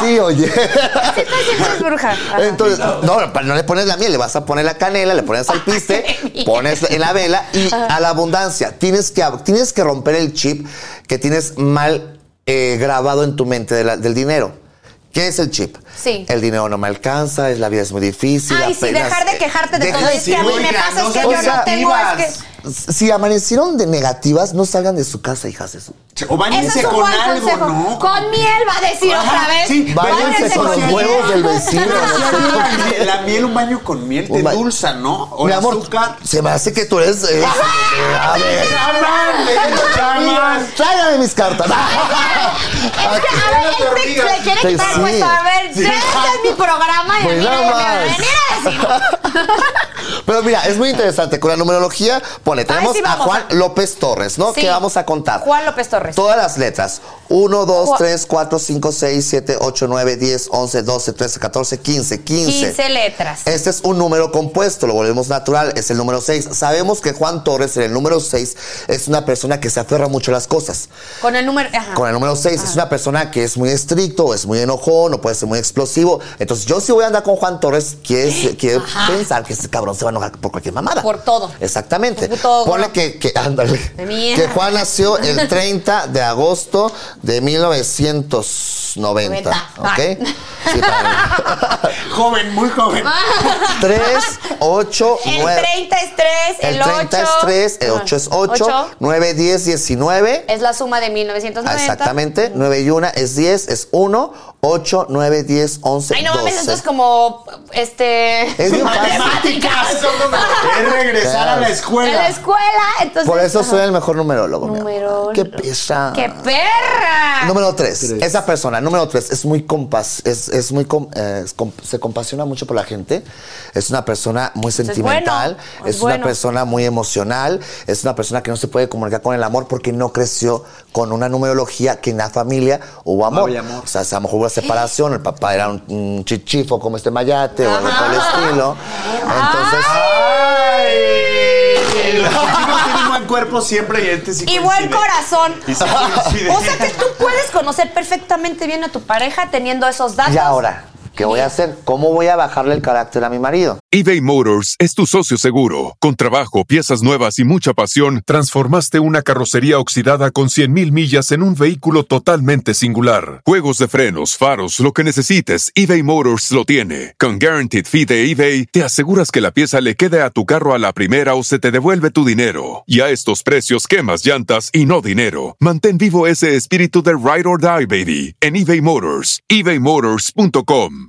Speaker 2: Sí, oye.
Speaker 1: sí te sientes bruja. Ajá.
Speaker 2: Entonces, no, pa- no le pones la miel, le vas a poner la canela, le pones al piste, pones en la vela y a la abundancia. Tienes que, ab- tienes que romper el chip que tienes mal eh, grabado en tu mente de la- del dinero. ¿Qué es el chip?
Speaker 1: Sí.
Speaker 2: El dinero no me alcanza, es, la vida es muy difícil.
Speaker 1: Ay, sí,
Speaker 2: apenas-
Speaker 1: dejar de quejarte de
Speaker 2: Deja-
Speaker 1: todo. este Es que a mí me
Speaker 3: oiga,
Speaker 1: pasa,
Speaker 3: no
Speaker 1: es que
Speaker 3: sean
Speaker 1: yo no tengo, es
Speaker 3: negativas.
Speaker 1: que...
Speaker 2: Si amanecieron de negativas, no salgan de su casa, hijas de su.
Speaker 3: O
Speaker 1: Eso
Speaker 3: váyanse
Speaker 1: es un
Speaker 3: con
Speaker 1: buen
Speaker 3: algo,
Speaker 1: consejo.
Speaker 3: ¿no?
Speaker 1: Con miel va a decir
Speaker 3: Ajá,
Speaker 1: otra vez.
Speaker 3: sí,
Speaker 2: váyanse con los
Speaker 1: miel.
Speaker 2: huevos del vecino,
Speaker 3: Sí,
Speaker 2: no sé.
Speaker 3: la miel- La miel, un baño con miel te
Speaker 2: Un ba-
Speaker 3: dulza, ¿no? O
Speaker 2: Mi
Speaker 3: el
Speaker 2: amor,
Speaker 3: azúcar.
Speaker 2: se me hace que tú eres. eh, a ver.
Speaker 3: ¡Chamán! ¡Le chamán!
Speaker 2: Tráigame mis cartas.
Speaker 1: Es que, a ver, él se- le quiere
Speaker 2: Te
Speaker 1: quitar el puesto.
Speaker 2: sí.
Speaker 1: A ver,
Speaker 2: Sí.
Speaker 1: ya este es mi programa y
Speaker 2: Pues
Speaker 1: a mí
Speaker 2: nada
Speaker 1: nadie me va a
Speaker 2: más.
Speaker 1: venir a decir.
Speaker 2: Pero mira, es muy interesante. Con la numerología, pone, tenemos
Speaker 1: sí,
Speaker 2: a
Speaker 1: vamos
Speaker 2: Juan
Speaker 1: a-
Speaker 2: López Torres, ¿no?
Speaker 1: Sí.
Speaker 2: Que vamos a contar.
Speaker 1: Juan López Torres.
Speaker 2: Todas las letras. 1, 2,
Speaker 1: Ju-
Speaker 2: 3, 4, 5, 6, 7, 8, 9, 10, 11, 12, 13, 14, 15, 15.
Speaker 1: 15 letras.
Speaker 2: Este es un número compuesto, lo volvemos natural, es el número 6. Sabemos que Juan Torres, en el número 6, es una persona que se aferra mucho a las cosas.
Speaker 1: Con el número. Ajá.
Speaker 2: Con el número 6 es una persona que es muy estricto, es muy enojón, no puede ser muy explosivo. Entonces, yo si voy a andar con Juan Torres, quiero, quiero pensar que este cabrón se va a enojar por cualquier mamada.
Speaker 1: ¿Eh? Por todo.
Speaker 2: Exactamente.
Speaker 1: Por puto
Speaker 2: Ponle
Speaker 1: gordo.
Speaker 2: que, que, ándale,
Speaker 1: De mierda.
Speaker 2: que Juan nació el 30 de agosto de 1990.
Speaker 1: Noventa.
Speaker 2: ¿Ok?
Speaker 1: Ay.
Speaker 2: Sí, para-
Speaker 3: Joven, muy joven.
Speaker 2: 3, 8, 9.
Speaker 1: El 30 es 3, el, Ah.
Speaker 2: El 30 es
Speaker 1: 8.
Speaker 2: 3, el 8 es 8, 9, 10, 19.
Speaker 1: Es la suma de 1990.
Speaker 2: Ah, Exactamente, 9 y 1 es 10, es 1, 8, 9, 10, 11,
Speaker 1: Ay, no mames, esto es
Speaker 2: 12.
Speaker 1: como. Este.
Speaker 2: Es bien fácil.
Speaker 1: matemáticas.
Speaker 3: Es regresar a la
Speaker 1: En
Speaker 3: escuela.
Speaker 1: la escuela, entonces.
Speaker 2: Por eso
Speaker 1: ajá.
Speaker 2: soy el mejor numerólogo. mi amor.
Speaker 1: Numerólogo.
Speaker 2: Qué pesa.
Speaker 1: ¡Qué perra!
Speaker 2: Número 3. Esa persona, número 3, es muy compas, es, es muy com- eh, es com- se compasiona mucho por la gente. Es una persona muy
Speaker 1: es
Speaker 2: sentimental,
Speaker 1: bueno,
Speaker 2: es,
Speaker 1: es
Speaker 2: una
Speaker 1: bueno.
Speaker 2: persona muy emocional, es una persona que no se puede comunicar con el amor porque no creció con una numerología que en la familia hubo amor.
Speaker 3: había amor.
Speaker 2: O sea, a lo mejor hubo una separación, el papá era un, un chichifo como este mayate o algo por el
Speaker 1: Ajá.
Speaker 2: estilo. Entonces,
Speaker 3: Los chinos tienen buen cuerpo siempre y este sí
Speaker 1: Y
Speaker 3: coincide.
Speaker 1: buen corazón.
Speaker 3: Y sí coincide.
Speaker 1: O sea que tú puedes conocer perfectamente bien a tu pareja teniendo esos datos.
Speaker 2: ¿y ahora? ¿Qué voy a hacer? ¿Cómo voy a bajarle el carácter a mi marido?
Speaker 6: eBay Motors es tu socio seguro. Con trabajo, piezas nuevas y mucha pasión, transformaste una carrocería oxidada con 100.000 millas en un vehículo totalmente singular. Juegos de frenos, faros, lo que necesites, eBay Motors lo tiene. Con Guaranteed Fee de eBay, te aseguras que la pieza le quede a tu carro a la primera o se te devuelve tu dinero. Y a estos precios, quemas llantas y no dinero. Mantén vivo ese espíritu de Ride or Die, baby, en eBay Motors. ebaymotors.com.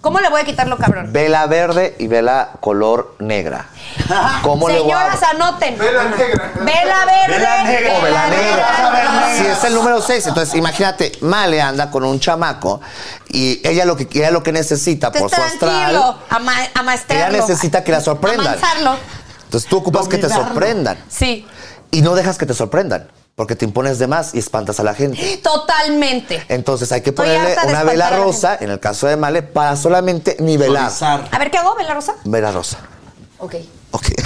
Speaker 1: ¿Cómo le voy a quitar lo cabrón?
Speaker 2: Vela verde y vela color negra. ¿Cómo le voy a
Speaker 1: Señoras, anoten.
Speaker 4: Vela negra.
Speaker 1: Vela verde.
Speaker 3: Vela negra.
Speaker 2: o vela
Speaker 3: Vela
Speaker 2: negra?
Speaker 3: negra.
Speaker 2: Si es el número 6, entonces imagínate, Male anda con un chamaco y ella lo que ella lo que necesita por
Speaker 1: Entonces,
Speaker 2: su pues, astral.
Speaker 1: tranquilo. Ama amaestrarlo.
Speaker 2: Ella necesita que la sorprendan.
Speaker 1: Amansarlo.
Speaker 2: Entonces tú ocupas que te
Speaker 3: Dominarlo.
Speaker 2: sorprendan
Speaker 1: Sí.
Speaker 2: y no dejas que te sorprendan, porque te impones de más y espantas a la gente.
Speaker 1: Totalmente.
Speaker 2: Entonces hay que
Speaker 1: Estoy
Speaker 2: ponerle
Speaker 1: harta de
Speaker 2: una vela
Speaker 1: espantar a la
Speaker 2: rosa, en el caso de Male, para solamente nivelar.
Speaker 3: Suavizar.
Speaker 1: A ver, ¿qué hago? ¿Vela rosa?
Speaker 2: Vela rosa.
Speaker 1: Ok.
Speaker 2: Ok.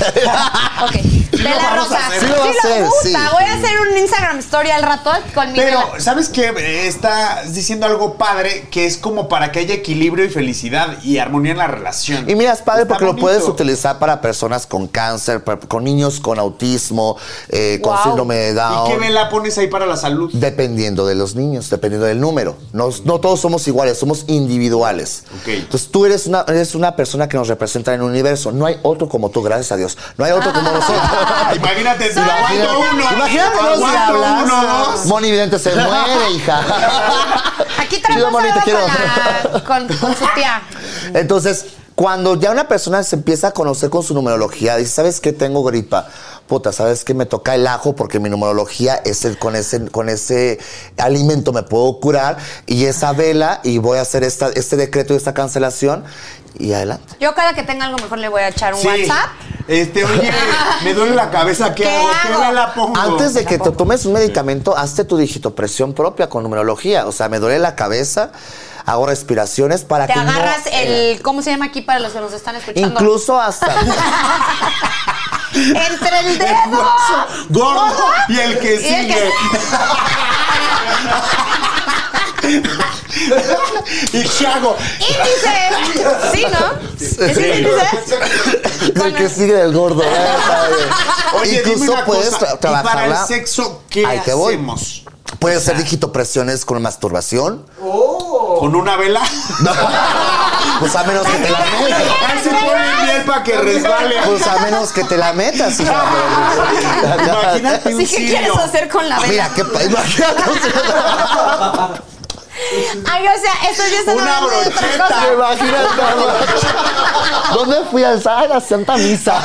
Speaker 1: Ok.
Speaker 3: lo
Speaker 1: Vela
Speaker 3: vamos a
Speaker 1: rosa.
Speaker 3: hacer.
Speaker 2: Sí lo va a hacer,
Speaker 1: gusta.
Speaker 2: sí.
Speaker 1: Voy a hacer un Instagram story al rato con mi
Speaker 3: Pero,
Speaker 1: vela.
Speaker 3: ¿sabes qué? Eh, Estás diciendo algo padre que es como para que haya equilibrio y felicidad y armonía en la relación.
Speaker 2: Y mira, es padre
Speaker 3: Está
Speaker 2: porque lo
Speaker 3: bonito.
Speaker 2: puedes utilizar para personas con cáncer, pa- con niños con autismo, eh, con
Speaker 1: Guau.
Speaker 2: síndrome de
Speaker 3: ¿Y qué
Speaker 2: Down.
Speaker 3: vela pones ahí para la salud?
Speaker 2: Dependiendo de los niños, dependiendo del número. No, no todos somos iguales, somos individuales.
Speaker 3: Ok.
Speaker 2: Entonces tú eres una, eres una persona que nos representa en el universo. No hay otro como tú, gracias a Dios. No hay otro como nosotros.
Speaker 3: Imagínate, te lo
Speaker 2: Imagínate,
Speaker 3: aguanto uno.
Speaker 2: imagínate
Speaker 3: te lo
Speaker 2: dos
Speaker 3: aguanto
Speaker 2: diablas.
Speaker 3: uno, dos.
Speaker 2: Moni Vidente se muere, hija.
Speaker 1: Aquí
Speaker 2: Mira,
Speaker 1: traemos
Speaker 2: Moni, te
Speaker 1: agua
Speaker 2: quiero.
Speaker 1: con, la- con- con su tía.
Speaker 2: Entonces, cuando ya una persona se empieza a conocer con su numerología, dice, ¿sabes qué? Tengo gripa. Puta, ¿sabes qué? Me toca el ajo porque mi numerología es el, con, ese, con ese alimento me puedo curar y esa vela y voy a hacer esta, este decreto y esta cancelación y adelante.
Speaker 1: Yo cada que tenga algo mejor le voy a echar un
Speaker 3: Sí.
Speaker 1: WhatsApp.
Speaker 3: Este, oye, me duele la cabeza. ¿Qué,
Speaker 1: ¿Qué
Speaker 3: hago? ¿Qué
Speaker 1: hago?
Speaker 3: vela pongo?
Speaker 2: Antes de que te tomes un medicamento, hazte tu digitopresión propia con numerología. O sea, me duele la cabeza, hago respiraciones para
Speaker 1: Te
Speaker 2: que no-
Speaker 1: agarras el. ¿Cómo se llama aquí para los que nos están escuchando?
Speaker 2: Incluso hasta...
Speaker 1: Entre el dedo.
Speaker 3: Gordo y el que
Speaker 1: Y el que-
Speaker 3: sigue. ¿Y qué hago?
Speaker 1: ¡Índice! ¿Sí, no? ¿Es el índice?
Speaker 2: El que sigue del gordo. ¿eh? Está bien.
Speaker 3: Oye,
Speaker 2: Incluso
Speaker 3: dime una
Speaker 2: puedes
Speaker 3: cosa,
Speaker 2: tra-
Speaker 3: ¿y para el
Speaker 2: trabajarla.
Speaker 3: sexo qué
Speaker 2: Ahí te voy.
Speaker 3: hacemos?
Speaker 2: Puedes hacer digitopresiones con masturbación.
Speaker 3: ¿Con una vela?
Speaker 2: Pues a menos que te la metas.
Speaker 3: Ahí se pone miel para que resbale.
Speaker 2: Pues a menos que te la metas, hija.
Speaker 3: Imagínate
Speaker 1: Sí,
Speaker 3: un
Speaker 1: ¿Qué quieres
Speaker 3: cirio.
Speaker 1: hacer con la vela?
Speaker 2: Mira, qué pa- imagínate.
Speaker 1: Ay, o sea, esto ya está
Speaker 3: Una
Speaker 1: hablando de otra
Speaker 3: brocheta.
Speaker 1: cosa.
Speaker 2: Imagínate. mamá. ¿Dónde fui al a la Santa Misa?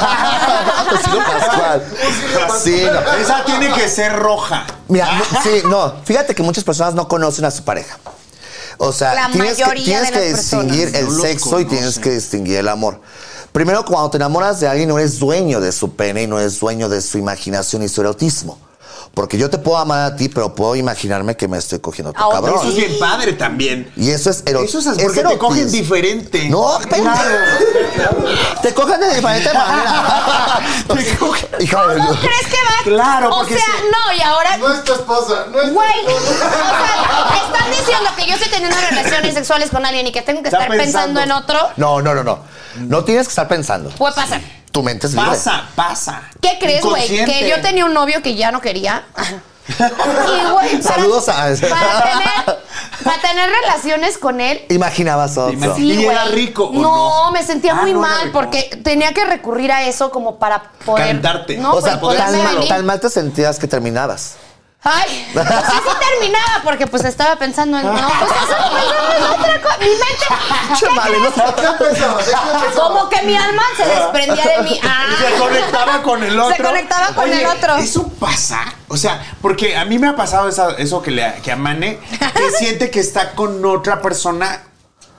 Speaker 2: Sí, no, Pascual. Sí, no.
Speaker 3: Esa tiene que ser roja.
Speaker 2: Mira, no- sí, no. Fíjate que muchas personas no conocen a su pareja. O sea,
Speaker 1: La
Speaker 2: tienes que,
Speaker 1: mayoría
Speaker 2: tienes
Speaker 1: de
Speaker 2: que
Speaker 1: las personas.
Speaker 2: distinguir el
Speaker 3: No los
Speaker 2: sexo y tienes
Speaker 3: conocen.
Speaker 2: que distinguir el amor. Primero, cuando te enamoras de alguien, no eres dueño de su pene y no eres dueño de su imaginación y su erotismo. Porque yo te puedo amar a ti, pero puedo imaginarme que me estoy cogiendo a tu
Speaker 1: A otro
Speaker 2: cabrón.
Speaker 3: Eso es bien padre también.
Speaker 2: Y eso es erotismo.
Speaker 3: Eso es porque te cogen diferente.
Speaker 2: No, Te cogen de diferente manera.
Speaker 3: Te cogen-
Speaker 2: Hija de
Speaker 1: ¿Cómo
Speaker 2: Dios.
Speaker 1: crees que va?
Speaker 3: Claro,
Speaker 1: O
Speaker 3: porque
Speaker 1: sea,
Speaker 3: sí.
Speaker 1: no, y ahora.
Speaker 4: No es tu esposa, no es tu
Speaker 1: Güey, o
Speaker 4: esposa.
Speaker 1: sea, están diciendo que yo estoy teniendo relaciones sexuales con alguien y que tengo que
Speaker 3: Está
Speaker 1: estar pensando.
Speaker 3: pensando.
Speaker 1: en otro.
Speaker 2: No, no, no, no. No tienes que estar pensando.
Speaker 1: Puede pasar.
Speaker 2: Tu mente es libre.
Speaker 3: Pasa, pasa.
Speaker 1: ¿Qué crees, güey? Que
Speaker 3: Inconsciente.
Speaker 1: yo tenía un novio que ya no quería. Y, güey, para-
Speaker 2: Saludos a-
Speaker 1: Para tener, para tener relaciones con él,
Speaker 2: Imaginabas otro.
Speaker 3: Imagina-
Speaker 1: Sí,
Speaker 3: ¿Y era
Speaker 1: güey.
Speaker 3: rico o
Speaker 1: No,
Speaker 3: no?
Speaker 1: me sentía
Speaker 3: Ah,
Speaker 1: muy
Speaker 3: no era
Speaker 1: mal
Speaker 3: rico.
Speaker 1: porque tenía que recurrir a eso como para poder.
Speaker 3: Cantarte.
Speaker 1: No, pues,
Speaker 2: o
Speaker 1: para
Speaker 2: sea,
Speaker 1: poder
Speaker 2: tan mal,
Speaker 1: venir.
Speaker 2: tan mal te sentías que terminabas.
Speaker 1: Ay, pues sí terminaba porque pues estaba pensando en. No, pues estaba pensando en otra cosa. Mi mente.
Speaker 2: Che, vale, no
Speaker 4: ¿Qué pensabas? ¿De qué pensabas?
Speaker 1: Como que mi alma se desprendía de mí. Ah.
Speaker 3: Se conectaba con el otro.
Speaker 1: Se conectaba con
Speaker 3: Oye,
Speaker 1: el otro.
Speaker 3: Eso pasa. O sea, porque a mí me ha pasado esa- eso que, le, que amane, que siente que está con otra persona.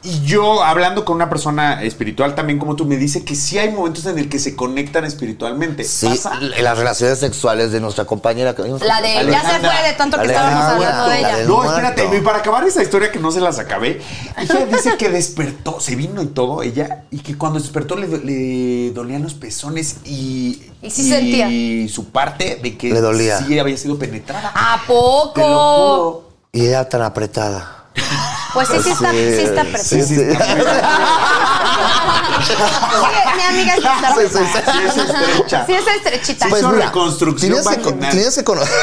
Speaker 3: Y yo, hablando con una persona espiritual también como tú, me dice que sí hay momentos en el que se conectan espiritualmente.
Speaker 2: Sí,
Speaker 3: ¿Pasa?
Speaker 2: en las relaciones sexuales de nuestra compañera. que-
Speaker 1: La de ya se
Speaker 3: Alejandra.
Speaker 1: fue de tanto que
Speaker 2: Alejandra.
Speaker 1: estábamos hablando de
Speaker 2: Ah, La
Speaker 1: ella.
Speaker 2: del
Speaker 3: No, espérate,
Speaker 2: muerto.
Speaker 3: y para acabar esa historia que no se las acabé, ella dice que despertó, se vino y todo, ella, y que cuando despertó le, do- le dolían los pezones y.
Speaker 1: Y sí sentía.
Speaker 3: Y su parte de que
Speaker 2: Le dolía.
Speaker 3: sí había sido penetrada.
Speaker 1: ¿A
Speaker 3: Te lo
Speaker 1: poco?
Speaker 3: juro.
Speaker 2: Y era tan apretada.
Speaker 1: Pues sí, sí está, sí está
Speaker 2: Sí,
Speaker 1: perfecto.
Speaker 2: sí.
Speaker 1: Sí, mi amiga sí está
Speaker 2: Sí, sí, sí. Pues
Speaker 3: Sí, es estrecha.
Speaker 1: Sí, es estrechita.
Speaker 3: Sí, Eso reconstrucción
Speaker 2: tienes
Speaker 3: va
Speaker 2: que,
Speaker 3: con nada.
Speaker 2: tienes que conocer.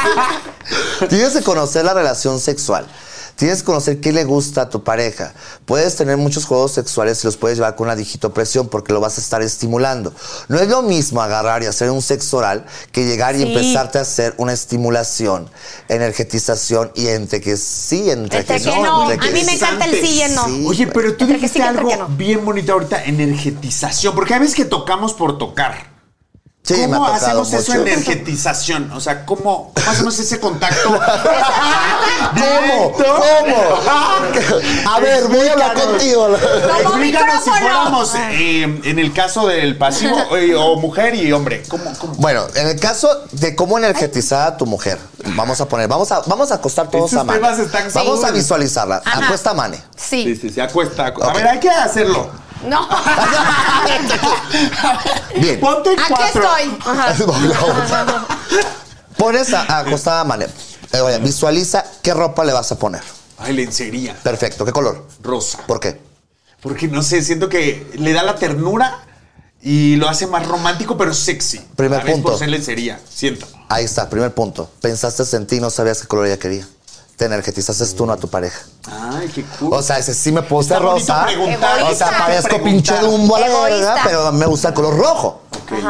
Speaker 2: tienes que conocer la relación sexual. Tienes que conocer qué le gusta a tu pareja. Puedes tener muchos juegos sexuales y los puedes llevar con una digitopresión porque lo vas a estar estimulando. No es lo mismo agarrar y hacer un sexo oral que llegar y
Speaker 1: Sí.
Speaker 2: empezarte a hacer una estimulación, energetización y entre que sí, entre,
Speaker 1: Entre
Speaker 2: que,
Speaker 1: Este, que
Speaker 2: no.
Speaker 1: no.
Speaker 2: entre que
Speaker 1: A mí me
Speaker 2: sí.
Speaker 1: encanta el sí y el no.
Speaker 2: Sí,
Speaker 3: Oye,
Speaker 2: güey.
Speaker 3: pero tú
Speaker 1: Entre que sí,
Speaker 3: dijiste
Speaker 1: entre
Speaker 3: algo
Speaker 1: que no.
Speaker 3: bien bonito ahorita, energetización, porque hay veces que tocamos por tocar.
Speaker 2: Sí, me ha
Speaker 3: ¿Cómo
Speaker 2: tocado
Speaker 3: hacemos eso
Speaker 2: mucho.
Speaker 3: energetización? O sea, ¿cómo, cómo hacemos ese contacto? ¿Eh?
Speaker 2: ¿Cómo?
Speaker 3: Directo.
Speaker 2: ¿Cómo? A ver, voy a hablar contigo.
Speaker 1: Como
Speaker 3: Explícanos si
Speaker 1: micrófono.
Speaker 3: fuéramos eh, en el caso del pasivo eh, o mujer y hombre. ¿Cómo? cómo?
Speaker 2: Bueno, en el caso de cómo energetizar a tu mujer, vamos a poner, vamos a, vamos a acostar todos
Speaker 3: Estos
Speaker 2: a Mane.
Speaker 3: temas están
Speaker 2: Vamos
Speaker 3: cool.
Speaker 2: a visualizarla.
Speaker 1: Ajá.
Speaker 2: Acuesta a Mane.
Speaker 3: Sí,
Speaker 1: Sí.
Speaker 3: sí, sí, acuesta. acu-
Speaker 2: Ok.
Speaker 3: A ver, hay que hacerlo.
Speaker 1: No.
Speaker 2: Bien.
Speaker 3: Ponte
Speaker 1: Aquí
Speaker 3: cuatro.
Speaker 1: estoy. Ajá.
Speaker 2: No. Pones a, a acostada a Mane. Eh, oye, visualiza qué ropa le vas a poner.
Speaker 3: Ay, lencería.
Speaker 2: Perfecto. ¿Qué color?
Speaker 3: Rosa.
Speaker 2: ¿Por qué?
Speaker 3: Porque no sé, siento que le da la ternura y lo hace más romántico, pero sexy.
Speaker 2: Primer
Speaker 3: A veces
Speaker 2: punto.
Speaker 3: Por ser lencería, siento.
Speaker 2: Ahí está, primer punto. Pensaste en ti, no sabías qué color ella quería. Te energetizaste tú, no a tu pareja.
Speaker 3: Ay, qué cool.
Speaker 2: O sea, ese sí me puse
Speaker 3: Está bonito
Speaker 2: rosa.
Speaker 3: preguntar.
Speaker 2: O sea,
Speaker 1: Egoísta.
Speaker 2: parezco
Speaker 3: Preguntar.
Speaker 2: pinche dumbo a la
Speaker 1: Egoísta.
Speaker 2: verga, pero me gusta el color rojo.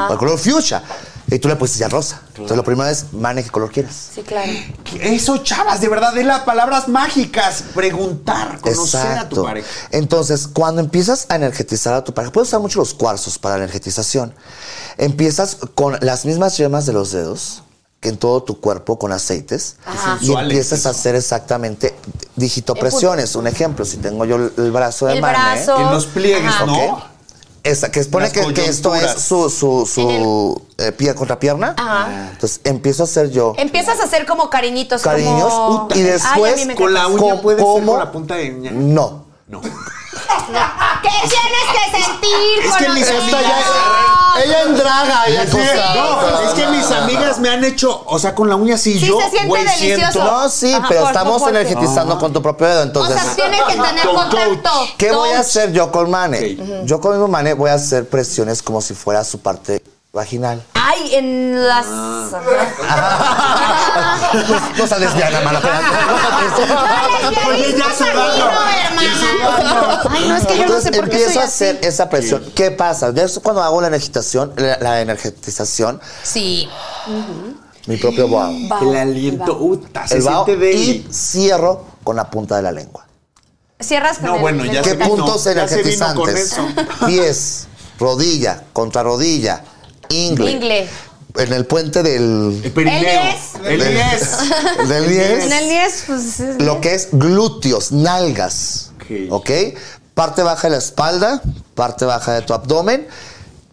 Speaker 2: O el color fuchsia. Y tú le pusiste ya rosa. Entonces, lo primero es, mane, ¿qué color quieres?
Speaker 1: Sí, claro.
Speaker 3: Eso, chavas, de verdad, es las palabras mágicas. Preguntar, conocer a tu
Speaker 2: Exacto.
Speaker 3: pareja.
Speaker 2: Entonces, cuando empiezas a energetizar a tu pareja, puedes usar mucho los cuarzos para la energetización. Empiezas con las mismas yemas de los dedos que en todo tu cuerpo con aceites
Speaker 1: Ajá.
Speaker 2: y
Speaker 3: Sensuales,
Speaker 2: empiezas a
Speaker 3: eso.
Speaker 2: hacer exactamente digitopresiones. Un ejemplo, si tengo yo el el brazo de
Speaker 1: El
Speaker 2: mane,
Speaker 1: brazo.
Speaker 3: En los pliegues,
Speaker 1: Ajá.
Speaker 3: ¿no?
Speaker 2: Ok. Esa, que expone
Speaker 3: Las
Speaker 2: que, que esto es
Speaker 3: coyunturas.
Speaker 2: su, su, su eh, pie contra pierna.
Speaker 1: Ajá. Em
Speaker 2: Entonces empiezo a hacer yo
Speaker 1: Empiezas a hacer como cariñitos.
Speaker 2: cariños
Speaker 1: como-
Speaker 2: y
Speaker 1: Ay, a
Speaker 2: después
Speaker 1: mí me
Speaker 3: Con la
Speaker 1: encanta.
Speaker 3: uña
Speaker 2: ¿cómo-
Speaker 3: puede ser
Speaker 2: cómo?
Speaker 3: con la punta de uña.
Speaker 2: No.
Speaker 3: No.
Speaker 1: ¿Qué tienes que sentir
Speaker 3: Es
Speaker 1: con
Speaker 3: que
Speaker 1: los
Speaker 3: mis
Speaker 1: dedos?
Speaker 3: amigas-
Speaker 2: Ella en draga, ella
Speaker 3: Sí, no, es que mis amigas me han hecho, o sea, con la uña sí,
Speaker 1: Sí,
Speaker 3: yo.
Speaker 1: se siente
Speaker 3: güey,
Speaker 1: delicioso.
Speaker 3: siento-
Speaker 2: No, sí,
Speaker 1: Ajá,
Speaker 2: pero
Speaker 1: por-
Speaker 2: estamos
Speaker 1: por-
Speaker 3: Ah.
Speaker 2: energetizando con tu propio dedo,
Speaker 1: O
Speaker 2: entonces.
Speaker 1: sea, tienes que tener
Speaker 3: Con
Speaker 1: contacto.
Speaker 3: coach.
Speaker 2: ¿Qué voy a
Speaker 1: Coach.
Speaker 2: hacer yo con Mane?
Speaker 3: Ok.
Speaker 2: Yo con mi Mane voy a hacer presiones como si fuera su parte vaginal.
Speaker 1: Ay, en las.
Speaker 2: no se desviana, Mane,
Speaker 1: Ay,
Speaker 3: Oye, ya sudando.
Speaker 1: hermana. Ay, no, es que yo no
Speaker 2: Entonces
Speaker 1: sé por qué
Speaker 2: empiezo
Speaker 1: soy
Speaker 2: a hacer
Speaker 1: así.
Speaker 2: esa presión. ¿Qué pasa? De eso cuando hago la energetización, la, la energetización,
Speaker 1: Sí.
Speaker 2: mi propio boao.
Speaker 3: El aliento, uta, se
Speaker 2: El boao
Speaker 3: siente de
Speaker 2: y cierro con la punta de la lengua.
Speaker 1: Cierras con
Speaker 3: No,
Speaker 1: el-
Speaker 3: bueno, ya
Speaker 1: el-
Speaker 2: ¿Qué
Speaker 3: se vino,
Speaker 2: puntos
Speaker 3: ya se vino con
Speaker 2: energetizantes?
Speaker 3: eso.
Speaker 2: Pies, rodilla, contra rodilla, ingle.
Speaker 1: Ingle.
Speaker 2: en el puente del.
Speaker 3: perineo.
Speaker 1: El
Speaker 3: El 10.
Speaker 2: diez. Del 10.
Speaker 1: En el 10, pues. es-
Speaker 2: Lo que es glúteos, nalgas.
Speaker 3: Ok.
Speaker 2: ¿Ok? Parte baja de la espalda, parte baja de tu abdomen,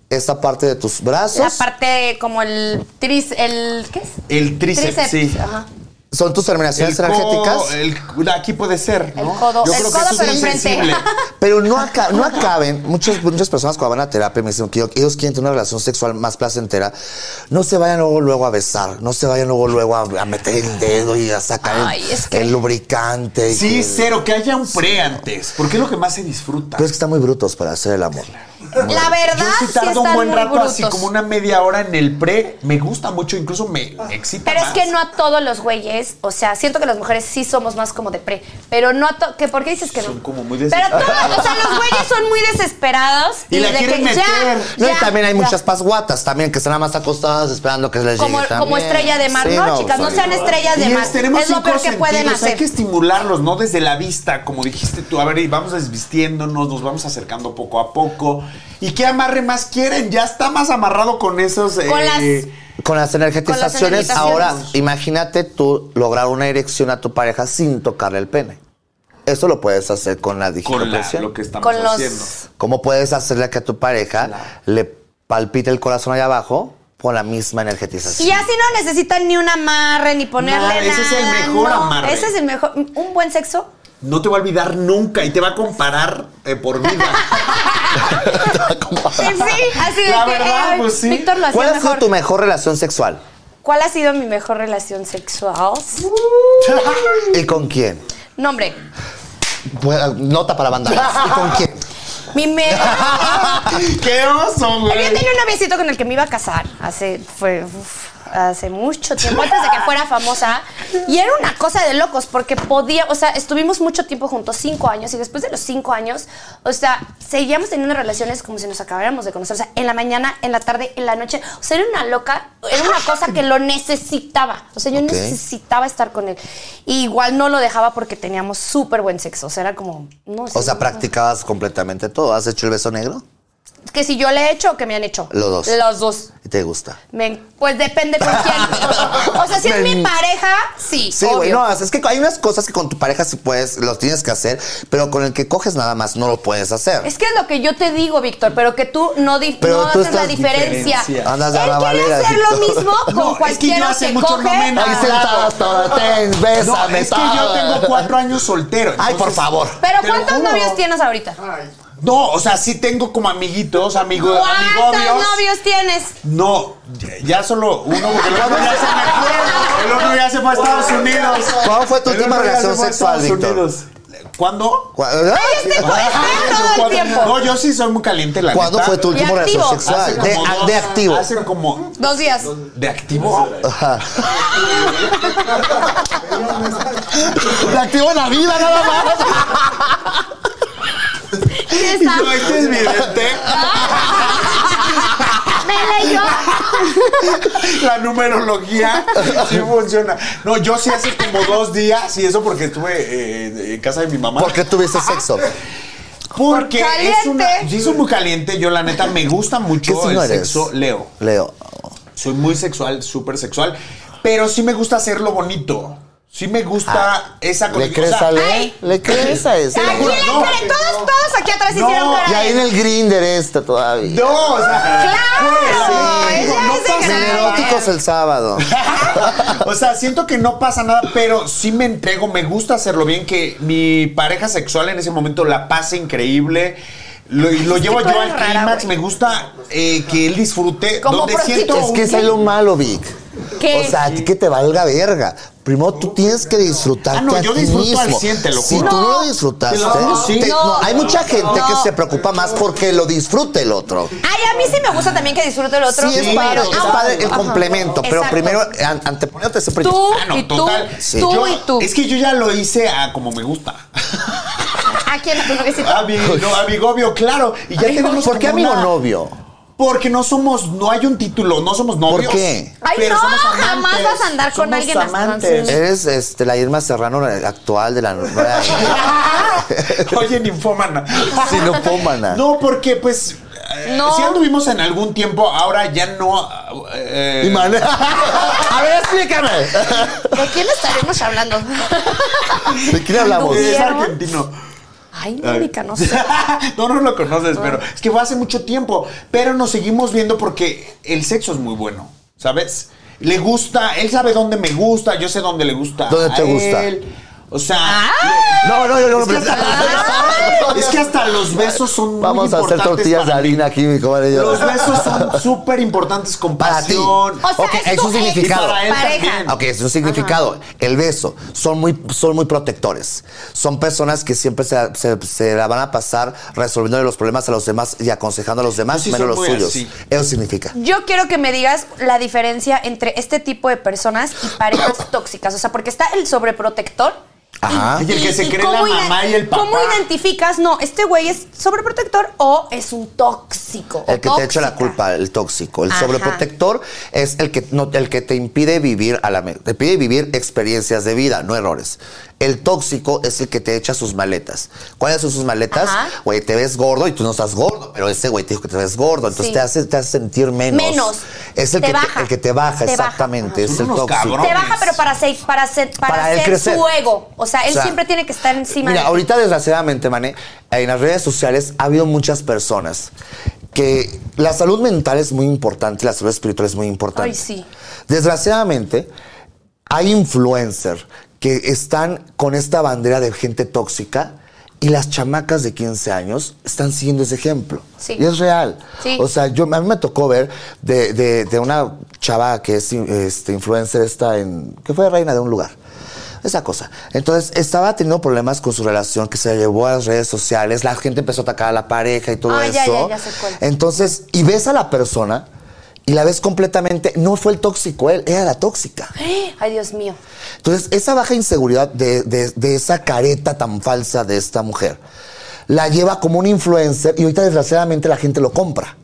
Speaker 2: esta parte de tus brazos.
Speaker 1: La parte como el tris, el ¿qué es?
Speaker 3: El tríceps, sí.
Speaker 1: Ajá.
Speaker 2: Son tus terminaciones
Speaker 3: El codo, eh,
Speaker 2: energéticas.
Speaker 3: el- aquí puede ser, ¿no?
Speaker 1: codo.
Speaker 3: Yo
Speaker 1: El
Speaker 3: creo
Speaker 1: codo,
Speaker 3: que eso
Speaker 1: pero
Speaker 3: es muy
Speaker 1: enfrente.
Speaker 3: sensible.
Speaker 2: Pero no, aca- no acaben. Muchas, muchas personas cuando van a terapia me dicen que yo- ellos quieren tener una relación sexual más placentera. No se vayan luego, luego a besar. No se vayan luego, luego a, a meter el dedo y a sacar el-
Speaker 1: Ay,
Speaker 2: el,
Speaker 1: es que-
Speaker 2: lubricante. y
Speaker 3: Sí,
Speaker 2: que-
Speaker 3: cero, que haya un pre antes, porque es lo que más se disfruta.
Speaker 2: Pero es que están muy brutos para hacer el amor.
Speaker 1: La
Speaker 3: Yo
Speaker 1: verdad,
Speaker 3: sí
Speaker 1: sí
Speaker 3: tardo un
Speaker 1: están
Speaker 3: buen
Speaker 1: muy
Speaker 3: rato,
Speaker 1: brutos.
Speaker 3: así como una media hora en el pre. Me gusta mucho, incluso me excita
Speaker 1: Pero es
Speaker 3: más.
Speaker 1: que no a todos los güeyes, o sea, siento que las mujeres sí somos más como de pre, pero no a to- que ¿por qué dices que no?
Speaker 3: Son como muy
Speaker 1: Pero
Speaker 3: desesperados.
Speaker 1: todos, o sea, los güeyes son muy desesperados
Speaker 3: Y la
Speaker 1: de
Speaker 3: quieren
Speaker 1: que ya,
Speaker 3: meter.
Speaker 2: No, y
Speaker 1: ya,
Speaker 2: también hay
Speaker 1: ya.
Speaker 2: muchas pasguatas también que están nada más acostadas esperando que les
Speaker 1: como,
Speaker 2: llegue también.
Speaker 1: como estrella de mar,
Speaker 2: Sí,
Speaker 1: no, chicas, no
Speaker 2: sí.
Speaker 1: sean estrellas de
Speaker 3: Y
Speaker 1: mar.
Speaker 3: es, tenemos
Speaker 1: Es lo
Speaker 3: cinco
Speaker 1: peor que pueden
Speaker 3: sentidos, Hay
Speaker 1: hacer.
Speaker 3: que estimularlos, ¿no? Desde la vista, como dijiste tú. A ver, y vamos desvistiéndonos, nos vamos acercando poco a poco. ¿Y qué amarre más quieren? Ya está más amarrado con esos... eh,
Speaker 1: Con las-
Speaker 2: Con las
Speaker 1: energetizaciones.
Speaker 2: energetizaciones, ahora imagínate tú lograr una erección a tu pareja sin tocarle el pene. Eso lo puedes hacer con la
Speaker 3: Con la-
Speaker 2: digitopresión.
Speaker 3: lo que estamos
Speaker 1: Con los-
Speaker 3: haciendo.
Speaker 2: ¿Cómo puedes hacerle que a tu pareja le palpite el corazón allá abajo con la misma energetización?
Speaker 1: Y así no necesitan ni un amarre, ni ponerle
Speaker 3: Nada, ese es el
Speaker 1: nada,
Speaker 3: mejor
Speaker 1: no.
Speaker 3: amarre.
Speaker 1: Ese es el mejor. Un buen sexo.
Speaker 3: No te va a olvidar nunca y te va a comparar eh, por vida.
Speaker 1: Sí, así de
Speaker 3: La
Speaker 1: que,
Speaker 3: verdad,
Speaker 1: ay,
Speaker 3: pues sí.
Speaker 1: Víctor lo
Speaker 2: ¿Cuál
Speaker 1: hacía
Speaker 2: ha sido
Speaker 1: mejor.
Speaker 2: tu mejor relación sexual?
Speaker 1: ¿Cuál ha sido mi mejor relación sexual?
Speaker 2: ¿Y con quién?
Speaker 1: Nombre.
Speaker 2: Pues, Nota para banda. ¿Y con quién?
Speaker 1: Mi me-
Speaker 3: ¡Qué oso,
Speaker 1: Yo
Speaker 3: güey!
Speaker 1: tenía un noviecito con el que me iba a casar hace, fue, uf, hace mucho tiempo, antes de que fuera famosa. Y era una cosa de locos, porque podía, o sea, estuvimos mucho tiempo juntos, cinco años, y después de los cinco años, o sea, seguíamos teniendo relaciones como si nos acabáramos de conocer. O sea, en la mañana, en la tarde, en la noche. O sea, era una loca, era una cosa que lo necesitaba. O sea, yo
Speaker 2: Ok.
Speaker 1: necesitaba estar con él. Y igual no lo dejaba porque teníamos súper buen sexo. O sea, era como, no
Speaker 2: O
Speaker 1: sí,
Speaker 2: sea,
Speaker 1: no.
Speaker 2: practicabas completamente todo. ¿Has hecho el beso negro?
Speaker 1: Que si yo le he hecho o que me han hecho.
Speaker 2: Los dos.
Speaker 1: Los dos.
Speaker 2: ¿Y te gusta?
Speaker 1: Me- pues depende con quién. O sea, si es mi
Speaker 2: Me-
Speaker 1: pareja, sí.
Speaker 2: Sí, güey,
Speaker 1: obvio.
Speaker 2: no, es que hay unas cosas que con tu pareja sí puedes, los tienes que hacer, pero con el que coges nada más no lo puedes hacer.
Speaker 1: Es que es lo que yo te digo, Víctor, pero que tú no, di-
Speaker 2: Pero
Speaker 1: no
Speaker 2: tú
Speaker 1: haces la
Speaker 2: estás-
Speaker 1: diferencia.
Speaker 3: diferencia.
Speaker 2: Andas de
Speaker 1: Él quiere
Speaker 2: alabalera,
Speaker 1: hacer lo
Speaker 2: Víctor.
Speaker 1: mismo con
Speaker 3: No, es que yo
Speaker 1: cualquiera
Speaker 3: hace
Speaker 1: que
Speaker 3: mucho no
Speaker 1: coge.
Speaker 3: me
Speaker 2: Ahí
Speaker 3: Ah.
Speaker 2: sentado, todo, ten, bésame,
Speaker 3: No, es que yo
Speaker 2: todo.
Speaker 3: tengo cuatro años soltero.
Speaker 2: Ay, por
Speaker 3: entonces-
Speaker 2: favor.
Speaker 1: Pero
Speaker 3: Te lo
Speaker 1: ¿cuántos
Speaker 3: juro.
Speaker 1: novios tienes ahorita?
Speaker 3: No, o sea, sí tengo como amiguitos, amigos,
Speaker 1: ¿Cuántos
Speaker 3: amigobios.
Speaker 1: novios tienes?
Speaker 3: No, ya- ya solo uno, porque el otro ya se me fue. El otro ya se fue a Estados Unidos.
Speaker 2: ¿Cuál fue tu
Speaker 3: El
Speaker 2: última
Speaker 3: otro ya se
Speaker 2: relación
Speaker 3: fue a
Speaker 2: sexual,
Speaker 3: Estados
Speaker 2: Víctor?
Speaker 3: Unidos. ¿Cuándo?
Speaker 2: ¿Cuá-
Speaker 1: este fue-
Speaker 2: Ah,
Speaker 1: Ay, todo el
Speaker 3: ¿Cuándo?
Speaker 1: tiempo.
Speaker 3: No, yo sí soy muy caliente, la
Speaker 2: ¿Cuándo
Speaker 3: neta.
Speaker 2: fue tu última
Speaker 1: activo.
Speaker 2: relación
Speaker 3: Hace
Speaker 2: sexual?
Speaker 3: como
Speaker 2: De, ah,
Speaker 3: dos-
Speaker 2: de activo.
Speaker 3: Hace como...
Speaker 1: Dos días.
Speaker 3: ¿De activo?
Speaker 2: De activo en la vida, nada más.
Speaker 1: Esa.
Speaker 3: No, este es mi dente.
Speaker 1: Me leyó.
Speaker 3: La numerología sí funciona. No, yo sí hace como dos días, y eso porque estuve eh, en casa de mi mamá.
Speaker 2: ¿Por qué tuviste sexo?
Speaker 3: Porque
Speaker 1: Por
Speaker 3: es una.
Speaker 1: caliente.
Speaker 3: Sí, soy muy caliente. Yo, la neta, me gusta
Speaker 2: ¿Qué
Speaker 3: mucho el
Speaker 2: signo eres?
Speaker 3: sexo. Leo.
Speaker 2: Leo.
Speaker 3: Soy muy sexual, súper sexual. Pero sí me gusta hacerlo bonito. Sí me gusta esa
Speaker 2: Ah, ¿Le
Speaker 3: conexión.
Speaker 2: crees
Speaker 3: O sea,
Speaker 2: a
Speaker 1: ay.
Speaker 2: Leo? ¿Le crees a eso?
Speaker 1: Aquí
Speaker 3: juro,
Speaker 1: le
Speaker 3: no.
Speaker 1: creen, todos, todos aquí atrás
Speaker 3: No,
Speaker 1: hicieron cara
Speaker 2: Y
Speaker 1: de-
Speaker 2: ahí en el grinder está todavía.
Speaker 3: No, o sea.
Speaker 1: ¡Claro!
Speaker 3: güey,
Speaker 1: Ella
Speaker 3: no
Speaker 1: es de
Speaker 3: pasa
Speaker 1: gran-
Speaker 3: nada.
Speaker 2: Eróticos el sábado.
Speaker 3: O sea, siento que no pasa nada, pero sí me entrego, me gusta hacerlo bien, que mi pareja sexual en ese momento la pase increíble. Lo, y lo llevo
Speaker 1: tú
Speaker 3: yo
Speaker 1: eres
Speaker 3: al
Speaker 1: rara,
Speaker 3: clímax,
Speaker 1: güey.
Speaker 3: me gusta eh, que él disfrute.
Speaker 1: Como
Speaker 3: donde
Speaker 1: prostituta.
Speaker 3: siento
Speaker 2: Es que
Speaker 3: un-
Speaker 2: eso es lo malo, Vic.
Speaker 1: ¿Qué?
Speaker 2: O sea, a ti que te valga verga. Primero tú tienes que disfrutarte
Speaker 3: Ah, no, yo
Speaker 2: a ti
Speaker 3: disfruto al
Speaker 2: mismo.
Speaker 3: 100, te lo
Speaker 2: si
Speaker 3: juro.
Speaker 2: tú no lo
Speaker 3: Te
Speaker 2: disfrutaste,
Speaker 3: lo juro, sí.
Speaker 2: te-
Speaker 3: No,
Speaker 2: no, hay mucha gente
Speaker 1: no.
Speaker 2: que se preocupa más porque lo disfrute el otro.
Speaker 1: Ay, a mí sí me gusta también que disfrute el otro.
Speaker 2: Sí, es
Speaker 1: pero-
Speaker 2: padre, es
Speaker 1: Ah,
Speaker 2: padre el
Speaker 1: ajá.
Speaker 2: complemento, pero
Speaker 1: Exacto.
Speaker 2: primero an- anteponiéndote siempre.
Speaker 1: Tú
Speaker 3: Ah, no,
Speaker 1: y tú,
Speaker 3: total.
Speaker 2: Sí.
Speaker 1: tú
Speaker 3: Yo-
Speaker 1: y tú.
Speaker 3: Es que yo ya lo hice a como me gusta.
Speaker 1: ¿A quién? ¿A tu noviecito?
Speaker 3: A mi, no, a mi gobio, claro. Y ya tenemos
Speaker 2: ¿Por qué
Speaker 3: como
Speaker 2: amigo
Speaker 3: una-
Speaker 2: novio?
Speaker 3: Porque no somos, no hay un título, no somos novios.
Speaker 2: qué?
Speaker 1: Ay,
Speaker 3: pero
Speaker 1: no,
Speaker 3: somos amantes.
Speaker 1: jamás vas a andar con
Speaker 3: Somos
Speaker 1: alguien así.
Speaker 3: amantes.
Speaker 2: Eres este, la Irma Serrano actual de la nueva
Speaker 1: Ah.
Speaker 3: Oye, ninfómana.
Speaker 2: sinopómana.
Speaker 3: No, porque pues. eh,
Speaker 1: No.
Speaker 3: Si anduvimos en algún tiempo, ahora ya no. eh,
Speaker 2: Imán. A ver, explícame.
Speaker 1: ¿De quién estaremos hablando?
Speaker 2: ¿De quién hablamos?
Speaker 3: es
Speaker 1: ¿Anduvieron?
Speaker 3: argentino.
Speaker 1: Ay, Mónica, no sé. Ah.
Speaker 3: no, no lo conoces, pero es que fue hace mucho tiempo. Pero nos seguimos viendo porque el sexo es muy bueno, ¿sabes? Le gusta, él sabe dónde me gusta, yo sé dónde le gusta.
Speaker 2: ¿Dónde te
Speaker 3: a
Speaker 2: gusta?
Speaker 3: él. O sea,
Speaker 2: No, no, yo no lo
Speaker 3: es, que hasta, es que hasta los besos son
Speaker 2: Vamos
Speaker 3: muy
Speaker 2: a hacer
Speaker 3: importantes
Speaker 2: tortillas de
Speaker 3: para mí.
Speaker 2: harina aquí, mi comadre. y yo.
Speaker 3: Los besos son súper importantes con
Speaker 2: Para ti.
Speaker 3: pasión.
Speaker 1: O sea,
Speaker 2: Ok,
Speaker 1: es
Speaker 2: es
Speaker 1: tu
Speaker 2: un significado.
Speaker 3: Y para él
Speaker 1: pareja.
Speaker 3: también.
Speaker 2: Ok, es un significado. El beso. Son muy, son muy protectores. Son personas que siempre se, se- se la van a pasar resolviendo los problemas a los demás y aconsejando a los demás,
Speaker 3: Yo sí
Speaker 2: menos
Speaker 3: soy
Speaker 2: los
Speaker 3: muy
Speaker 2: suyos.
Speaker 3: así.
Speaker 2: Eso significa.
Speaker 1: Yo quiero que me digas la diferencia entre este tipo de personas y parejas tóxicas. O sea, porque está el sobreprotector.
Speaker 2: Ajá.
Speaker 3: Y el que se cree
Speaker 1: cómo
Speaker 3: la
Speaker 1: ide-
Speaker 3: mamá y el papá.
Speaker 1: ¿Cómo identificas? No, este güey es sobreprotector o es un tóxico. o
Speaker 2: El que te echa la
Speaker 1: tóxica?
Speaker 2: culpa, el tóxico. El
Speaker 1: Ajá.
Speaker 2: sobreprotector es el que, no, el que te impide vivir a la me- te pide vivir experiencias de vida, no errores. El tóxico es el que te echa sus maletas. ¿Cuáles son sus maletas?
Speaker 1: Ajá.
Speaker 2: Güey, te ves gordo y tú no estás gordo, pero ese güey te dijo que te ves gordo, entonces
Speaker 1: Sí.
Speaker 2: te, hace, te hace sentir menos.
Speaker 1: Menos.
Speaker 2: Es el,
Speaker 1: Te
Speaker 2: que,
Speaker 1: baja.
Speaker 2: Te, el que te baja,
Speaker 1: Te baja.
Speaker 2: exactamente.
Speaker 3: Son
Speaker 2: Es el
Speaker 3: unos
Speaker 2: tóxico.
Speaker 3: cabrones.
Speaker 1: Te baja, pero para, se- para, se- para,
Speaker 2: Para él
Speaker 1: hacer
Speaker 2: crecer.
Speaker 1: su ego. O sea, él
Speaker 2: O sea,
Speaker 1: siempre tiene que estar encima
Speaker 2: Mira,
Speaker 1: de
Speaker 2: ahorita desgraciadamente, Mané, en las redes sociales ha habido muchas personas que la salud mental es muy importante, la salud espiritual es muy importante.
Speaker 1: Ay, sí.
Speaker 2: Desgraciadamente, hay influencers que están con esta bandera de gente tóxica y las chamacas de 15 años están siguiendo ese ejemplo.
Speaker 1: Sí.
Speaker 2: Y es real.
Speaker 1: Sí.
Speaker 2: O sea, yo, a mí me tocó ver de, de- de una chava que es este, influencer, esta en, que fue reina de un lugar. Esa cosa. Entonces, estaba teniendo problemas con su relación que se llevó a las redes sociales. La gente empezó a atacar a la pareja y todo
Speaker 1: Ah,
Speaker 2: eso.
Speaker 1: ya, ya, ya sé cuál.
Speaker 2: Entonces, y ves a la persona y la ves completamente. No fue el tóxico él, era la tóxica.
Speaker 1: Ay, Dios mío.
Speaker 2: Entonces, esa baja inseguridad de, de- de esa careta tan falsa de esta mujer la lleva como un influencer y ahorita desgraciadamente la gente lo compra.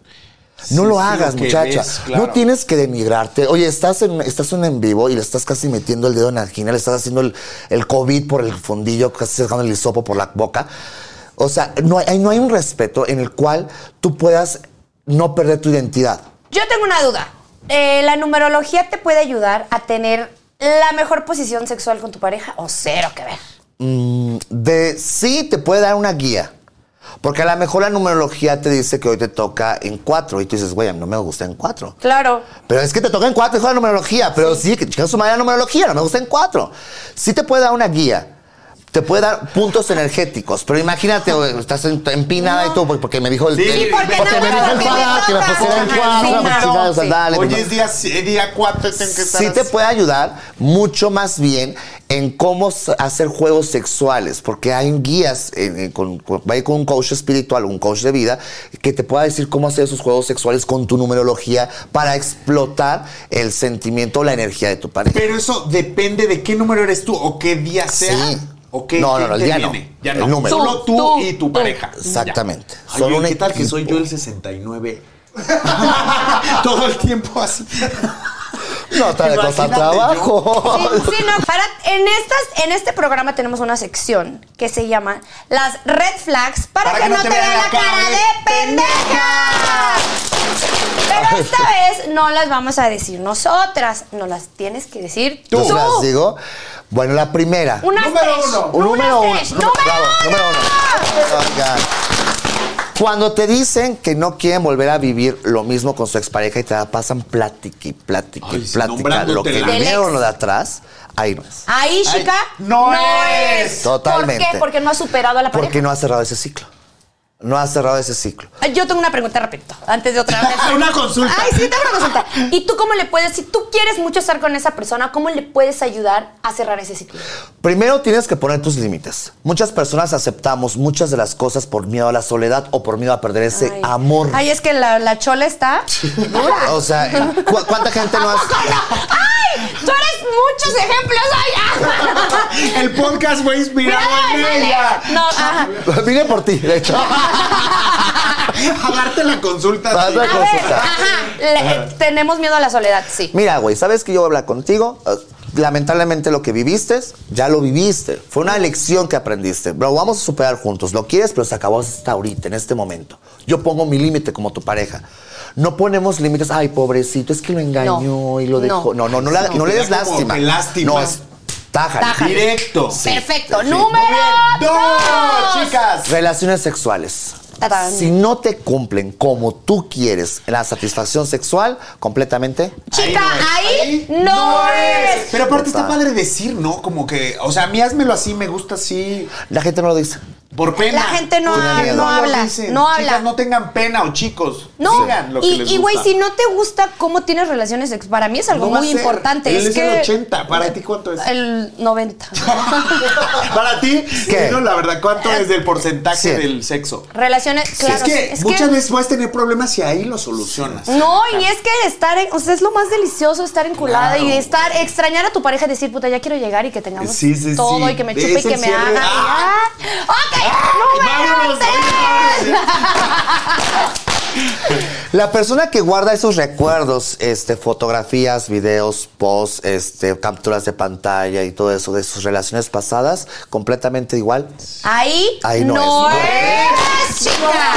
Speaker 2: No
Speaker 3: Sí,
Speaker 2: lo
Speaker 3: sí,
Speaker 2: hagas,
Speaker 3: lo que
Speaker 2: muchacha.
Speaker 3: ves, claro.
Speaker 2: No tienes que denigrarte. Oye, estás en, estás en en vivo y le estás casi metiendo el dedo en la angina, le estás haciendo el, el COVID por el fondillo, casi dejando el hisopo por la boca. O sea, no hay, no hay un respeto en el cual tú puedas no perder tu identidad.
Speaker 1: Yo tengo una duda. Eh, ¿La numerología te puede ayudar a tener la mejor posición sexual con tu pareja o cero que ver?
Speaker 2: Mm, de sí te puede dar una guía. Porque a lo mejor la numerología te dice que hoy te toca en cuatro. Y tú dices, güey, a mí no me gusta en cuatro.
Speaker 1: Claro.
Speaker 2: Pero es que te toca en cuatro, hijo de la numerología. Pero sí, que chinga su madre la numerología, no me gusta en cuatro. Sí te puede dar una guía. Te puede dar puntos energéticos. Pero imagínate, güey, estás en- empinada y todo, porque me dijo el.
Speaker 3: Sí,
Speaker 2: el-
Speaker 3: porque
Speaker 2: porque
Speaker 3: no,
Speaker 2: me dijo el
Speaker 3: porque me
Speaker 2: Fada que me
Speaker 1: toca.
Speaker 2: pusiera en
Speaker 1: Porque
Speaker 2: cuatro.
Speaker 1: sí,
Speaker 2: pues,
Speaker 1: no,
Speaker 2: chingada, o sea,
Speaker 1: sí.
Speaker 2: dale,
Speaker 3: Hoy
Speaker 2: pues,
Speaker 3: es día, si- eh, día 4, tengo que estar
Speaker 2: sí te
Speaker 3: así.
Speaker 2: puede ayudar mucho más bien en cómo s- hacer juegos sexuales, porque hay guías, en- en- con, con- va a ir con un coach espiritual, un coach de vida, que te pueda decir cómo hacer esos juegos sexuales con tu numerología para explotar el sentimiento o la energía de tu pareja.
Speaker 3: Pero eso depende de qué número eres tú o qué día sea.
Speaker 2: Sí.
Speaker 3: O qué,
Speaker 2: No,
Speaker 3: qué
Speaker 2: no, no, el día no.
Speaker 3: interviene. Ya
Speaker 2: El
Speaker 3: no.
Speaker 2: número.
Speaker 3: Solo tú,
Speaker 1: Tú,
Speaker 3: y tu
Speaker 1: tú.
Speaker 3: pareja.
Speaker 2: Exactamente.
Speaker 3: Ya. Ay,
Speaker 2: Son
Speaker 3: oye,
Speaker 2: un
Speaker 3: ¿Qué tal que
Speaker 2: equipo.
Speaker 3: soy yo el 69? Todo el tiempo así.
Speaker 2: No, está de cosa
Speaker 3: Imagínate
Speaker 2: trabajo.
Speaker 1: Sí, sí, no. Para, en, estas, en este programa tenemos una sección que se llama Las Red Flags para, que, no te vean la cara de pendeja. Pero esta vez no las vamos a decir nosotras, no las tienes que decir tú.
Speaker 2: Yo se las digo. Bueno, la primera.
Speaker 1: Unas
Speaker 4: Número
Speaker 1: tres.
Speaker 4: uno.
Speaker 2: Un número uno.
Speaker 1: Unas tres. Número
Speaker 2: Bravo,
Speaker 1: uno.
Speaker 2: número uno. Oigan. Cuando te dicen que no quieren volver a vivir lo mismo con su expareja y te la pasan plática y plática y
Speaker 3: Ay, sí,
Speaker 2: plática, lo que
Speaker 3: nombrándote la-
Speaker 1: Del
Speaker 2: vieron
Speaker 1: ex.
Speaker 2: lo de atrás, ahí no es.
Speaker 1: Ahí, chica,
Speaker 3: no es.
Speaker 2: Totalmente.
Speaker 1: ¿Por qué? Porque no ha superado a la pareja.
Speaker 2: Porque no has cerrado ese ciclo. No has cerrado ese ciclo.
Speaker 1: Ay, Yo tengo una pregunta rapidito, antes de otra vez.
Speaker 3: Una consulta.
Speaker 1: Ay, sí, tengo una consulta. ¿Y tú cómo le puedes, si tú quieres mucho estar con esa persona, cómo le puedes ayudar a cerrar ese ciclo?
Speaker 2: Primero tienes que poner tus límites. Muchas personas aceptamos muchas de las cosas por miedo a la soledad o por miedo a perder ese
Speaker 1: Ay.
Speaker 2: amor.
Speaker 1: Ay, es que la, la chola está dura.
Speaker 2: O sea, ¿cu- ¿cuánta gente no has...?
Speaker 1: ¡Ay, no! ¡Ay! ¡Tú eres muchos ejemplos! ¡Ay, ya!
Speaker 3: El podcast fue inspirado en
Speaker 1: Ay,
Speaker 3: ella.
Speaker 1: vale. No, ajá.
Speaker 2: Vine por ti, de hecho.
Speaker 3: A darte la consulta.
Speaker 2: Vas
Speaker 3: sí.
Speaker 2: a
Speaker 1: A ver,
Speaker 2: consultar.
Speaker 1: ajá. Le- tenemos miedo a la soledad, sí.
Speaker 2: Mira, güey, ¿sabes que yo voy a hablar contigo? Eh, lamentablemente lo que viviste, ya lo viviste. Fue una lección que aprendiste. Lo vamos a superar juntos. Lo quieres, pero se acabó hasta ahorita, en este momento. Yo pongo mi límite como tu pareja. No ponemos límites. Ay, pobrecito, es que lo engañó
Speaker 1: No,
Speaker 2: y lo dejó. No,
Speaker 1: no.
Speaker 2: no, no, la-
Speaker 3: No,
Speaker 2: no le
Speaker 3: que
Speaker 2: des
Speaker 3: da como
Speaker 2: lástima.
Speaker 3: que lástima.
Speaker 2: No, es tájale.
Speaker 1: Tájale.
Speaker 3: Directo.
Speaker 1: Perfecto.
Speaker 2: sí.
Speaker 1: Número
Speaker 3: ¡Dos,
Speaker 1: dos.
Speaker 3: chicas!
Speaker 2: Relaciones sexuales.
Speaker 1: Tarán.
Speaker 2: Si no te cumplen como tú quieres la satisfacción sexual, completamente
Speaker 1: Chica, ahí, no, es.
Speaker 3: Pero aparte está
Speaker 2: Total.
Speaker 3: padre decir, ¿no? Como que, o sea, a mí házmelo así, me gusta así,
Speaker 2: la gente no lo dice.
Speaker 3: por pena.
Speaker 1: La gente no
Speaker 3: Tiene
Speaker 2: ha-
Speaker 3: miedo.
Speaker 2: no
Speaker 3: lo
Speaker 1: habla,
Speaker 3: dicen.
Speaker 1: no habla.
Speaker 3: Chicas, no tengan pena o chicos.
Speaker 1: No,
Speaker 3: digan lo que
Speaker 1: y
Speaker 3: les
Speaker 1: y, güey,
Speaker 3: gusta.
Speaker 1: si no te gusta cómo tienes relaciones sexuales, para mí es algo
Speaker 3: No va
Speaker 1: muy
Speaker 3: a ser.
Speaker 1: importante.
Speaker 3: Él
Speaker 1: es
Speaker 3: es
Speaker 1: que
Speaker 3: el 80, ¿para ti cuánto es?
Speaker 1: El 90.
Speaker 3: Para ti,
Speaker 2: ¿Qué?
Speaker 3: no, la verdad, ¿cuánto es del porcentaje
Speaker 2: Cien.
Speaker 3: del sexo?
Speaker 1: relaciones, claro.
Speaker 3: es que
Speaker 1: es que-
Speaker 3: muchas veces puedes tener problemas y ahí lo solucionas.
Speaker 1: No, y es que estar, en- o sea, es lo más delicioso estar enculada
Speaker 3: Claro.
Speaker 1: y estar, extrañar a tu pareja y decir, puta, ya quiero llegar y que tengamos
Speaker 3: Sí, sí, sí.
Speaker 1: todo y que me
Speaker 3: Es
Speaker 1: chupe y que
Speaker 3: el
Speaker 1: me
Speaker 3: cierre.
Speaker 1: haga. y
Speaker 3: Ah.
Speaker 1: ya. Ok, número
Speaker 3: vámonos,
Speaker 1: tres.
Speaker 2: La persona que guarda esos recuerdos, este, fotografías, videos, posts, este, capturas de pantalla y todo eso de sus relaciones pasadas, completamente igual.
Speaker 1: Ahí,
Speaker 2: Ahí
Speaker 1: no,
Speaker 2: no es.
Speaker 1: eres, chica.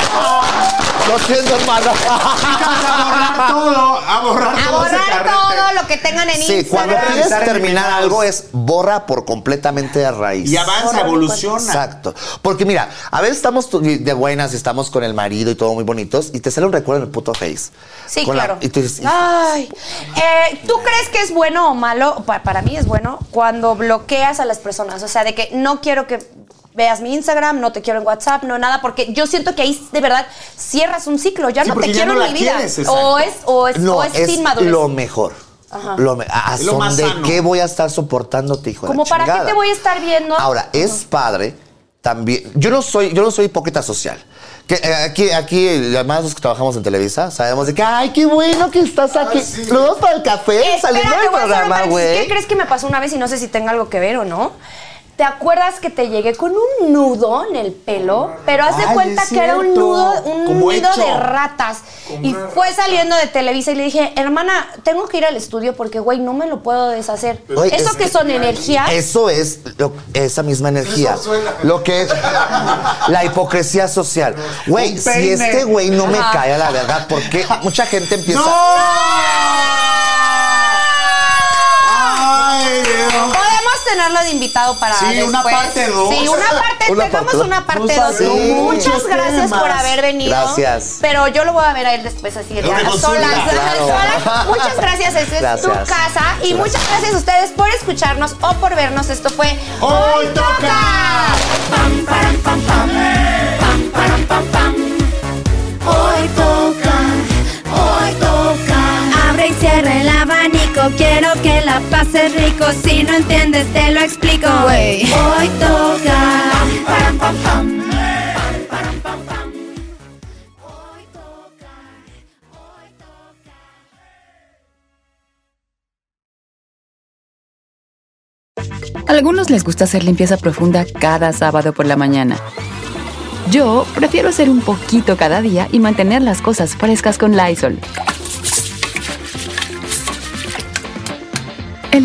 Speaker 2: Lo siento, hermano.
Speaker 3: Chicas, a borrar todo, a borrar
Speaker 1: A
Speaker 3: todo. ese
Speaker 1: borrar
Speaker 3: carrete.
Speaker 1: todo lo que tengan en
Speaker 2: Sí, cuando
Speaker 1: Instagram.
Speaker 2: quieres
Speaker 3: Estar
Speaker 2: terminar
Speaker 3: eliminados.
Speaker 2: algo es borra por completamente de raíz.
Speaker 3: Y avanza, evoluciona.
Speaker 2: Exacto. Porque mira, a veces estamos tu- de buenas y estamos con el marido y todo muy bonitos y te sale un recuerdo en el puto face.
Speaker 1: Sí,
Speaker 2: Con la-
Speaker 1: claro.
Speaker 2: y tú dices,
Speaker 1: Ay. Eh, ¿Tú crees que es bueno o malo? Pa- para mí es bueno cuando bloqueas a las personas. O sea, de que no quiero que veas mi Instagram, no te quiero en WhatsApp, no nada, porque yo siento que ahí de verdad cierras un ciclo. Ya
Speaker 3: Sí,
Speaker 1: no te
Speaker 3: porque ya
Speaker 1: quiero
Speaker 3: no
Speaker 1: en
Speaker 3: la
Speaker 1: mi vida.
Speaker 3: quieres, exacto.
Speaker 1: o es, o es,
Speaker 2: no,
Speaker 1: o es, sin madurez.
Speaker 2: lo mejor. Lo me- a, a
Speaker 3: Es lo
Speaker 2: son
Speaker 3: más
Speaker 2: de
Speaker 3: sano.
Speaker 2: qué voy a estar soportándote, hijo de la
Speaker 1: Como para qué
Speaker 2: chingada?
Speaker 1: te voy a estar viendo.
Speaker 2: Ahora, es padre también. Yo no soy, yo no soy hipócrita social. Que, eh, aquí, aquí, eh, además los que trabajamos en Televisa, sabemos de que, ay, qué bueno que estás aquí.
Speaker 4: sí.
Speaker 2: Nos vamos para el café, saliendo
Speaker 1: Espérate,
Speaker 2: del
Speaker 1: voy a hacer una
Speaker 2: programa,
Speaker 1: paréntesis.
Speaker 2: güey.
Speaker 1: ¿Qué crees que me pasó una vez y no sé si tenga algo que ver o no? ¿Te acuerdas que te llegué con un nudo en el pelo? Pero haz de
Speaker 3: Ay,
Speaker 1: cuenta
Speaker 3: es
Speaker 1: que era un
Speaker 3: cierto.
Speaker 1: nudo, un
Speaker 3: Como
Speaker 1: nido
Speaker 3: hecho.
Speaker 1: de ratas. Y fue saliendo de Televisa y le dije, hermana, tengo que ir al estudio porque, güey, no me lo puedo deshacer.
Speaker 2: Oye,
Speaker 1: Eso
Speaker 2: es
Speaker 1: que
Speaker 2: que-
Speaker 1: son energías.
Speaker 2: Eso es lo- esa misma energía.
Speaker 4: Eso suena.
Speaker 2: Lo que es la hipocresía social. Güey,
Speaker 3: Un
Speaker 2: si
Speaker 3: peine.
Speaker 2: este güey no me
Speaker 1: Ajá.
Speaker 2: cae a la verdad, porque mucha gente empieza.
Speaker 3: ¡Ay, Dios!
Speaker 1: Podemos tenerlo de invitado para
Speaker 3: Sí,
Speaker 1: después.
Speaker 3: una parte dos.
Speaker 1: Sí, una parte,
Speaker 2: Una
Speaker 1: tengamos
Speaker 2: parte dos.
Speaker 1: una parte
Speaker 3: No
Speaker 1: dos.
Speaker 2: sabía.
Speaker 1: Muchas
Speaker 3: Muchos
Speaker 1: gracias por
Speaker 3: temas.
Speaker 1: haber venido.
Speaker 2: Gracias.
Speaker 1: Pero yo lo voy a ver a él después así de
Speaker 3: Una
Speaker 1: a solas.
Speaker 3: consulta.
Speaker 2: Claro.
Speaker 1: solas. Muchas gracias, esta es tu
Speaker 2: Gracias.
Speaker 1: casa. Y muchas gracias a ustedes por escucharnos o por vernos. Esto fue
Speaker 3: ¡Hoy toca!
Speaker 5: Pam, param, pam, pam. eh. Pam, param, pam, pam. Hoy toca, hoy toca. Abre y cierra el abanico, quiero que la pases rico. Si no entiendes, te lo explico. Hoy toca. Pam, param, pam, pam. Pam, param, pam, pam. Hoy toca, hoy toca.
Speaker 7: Algunos les gusta hacer limpieza profunda cada sábado por la mañana. Yo prefiero hacer un poquito cada día y mantener las cosas frescas con Lysol. El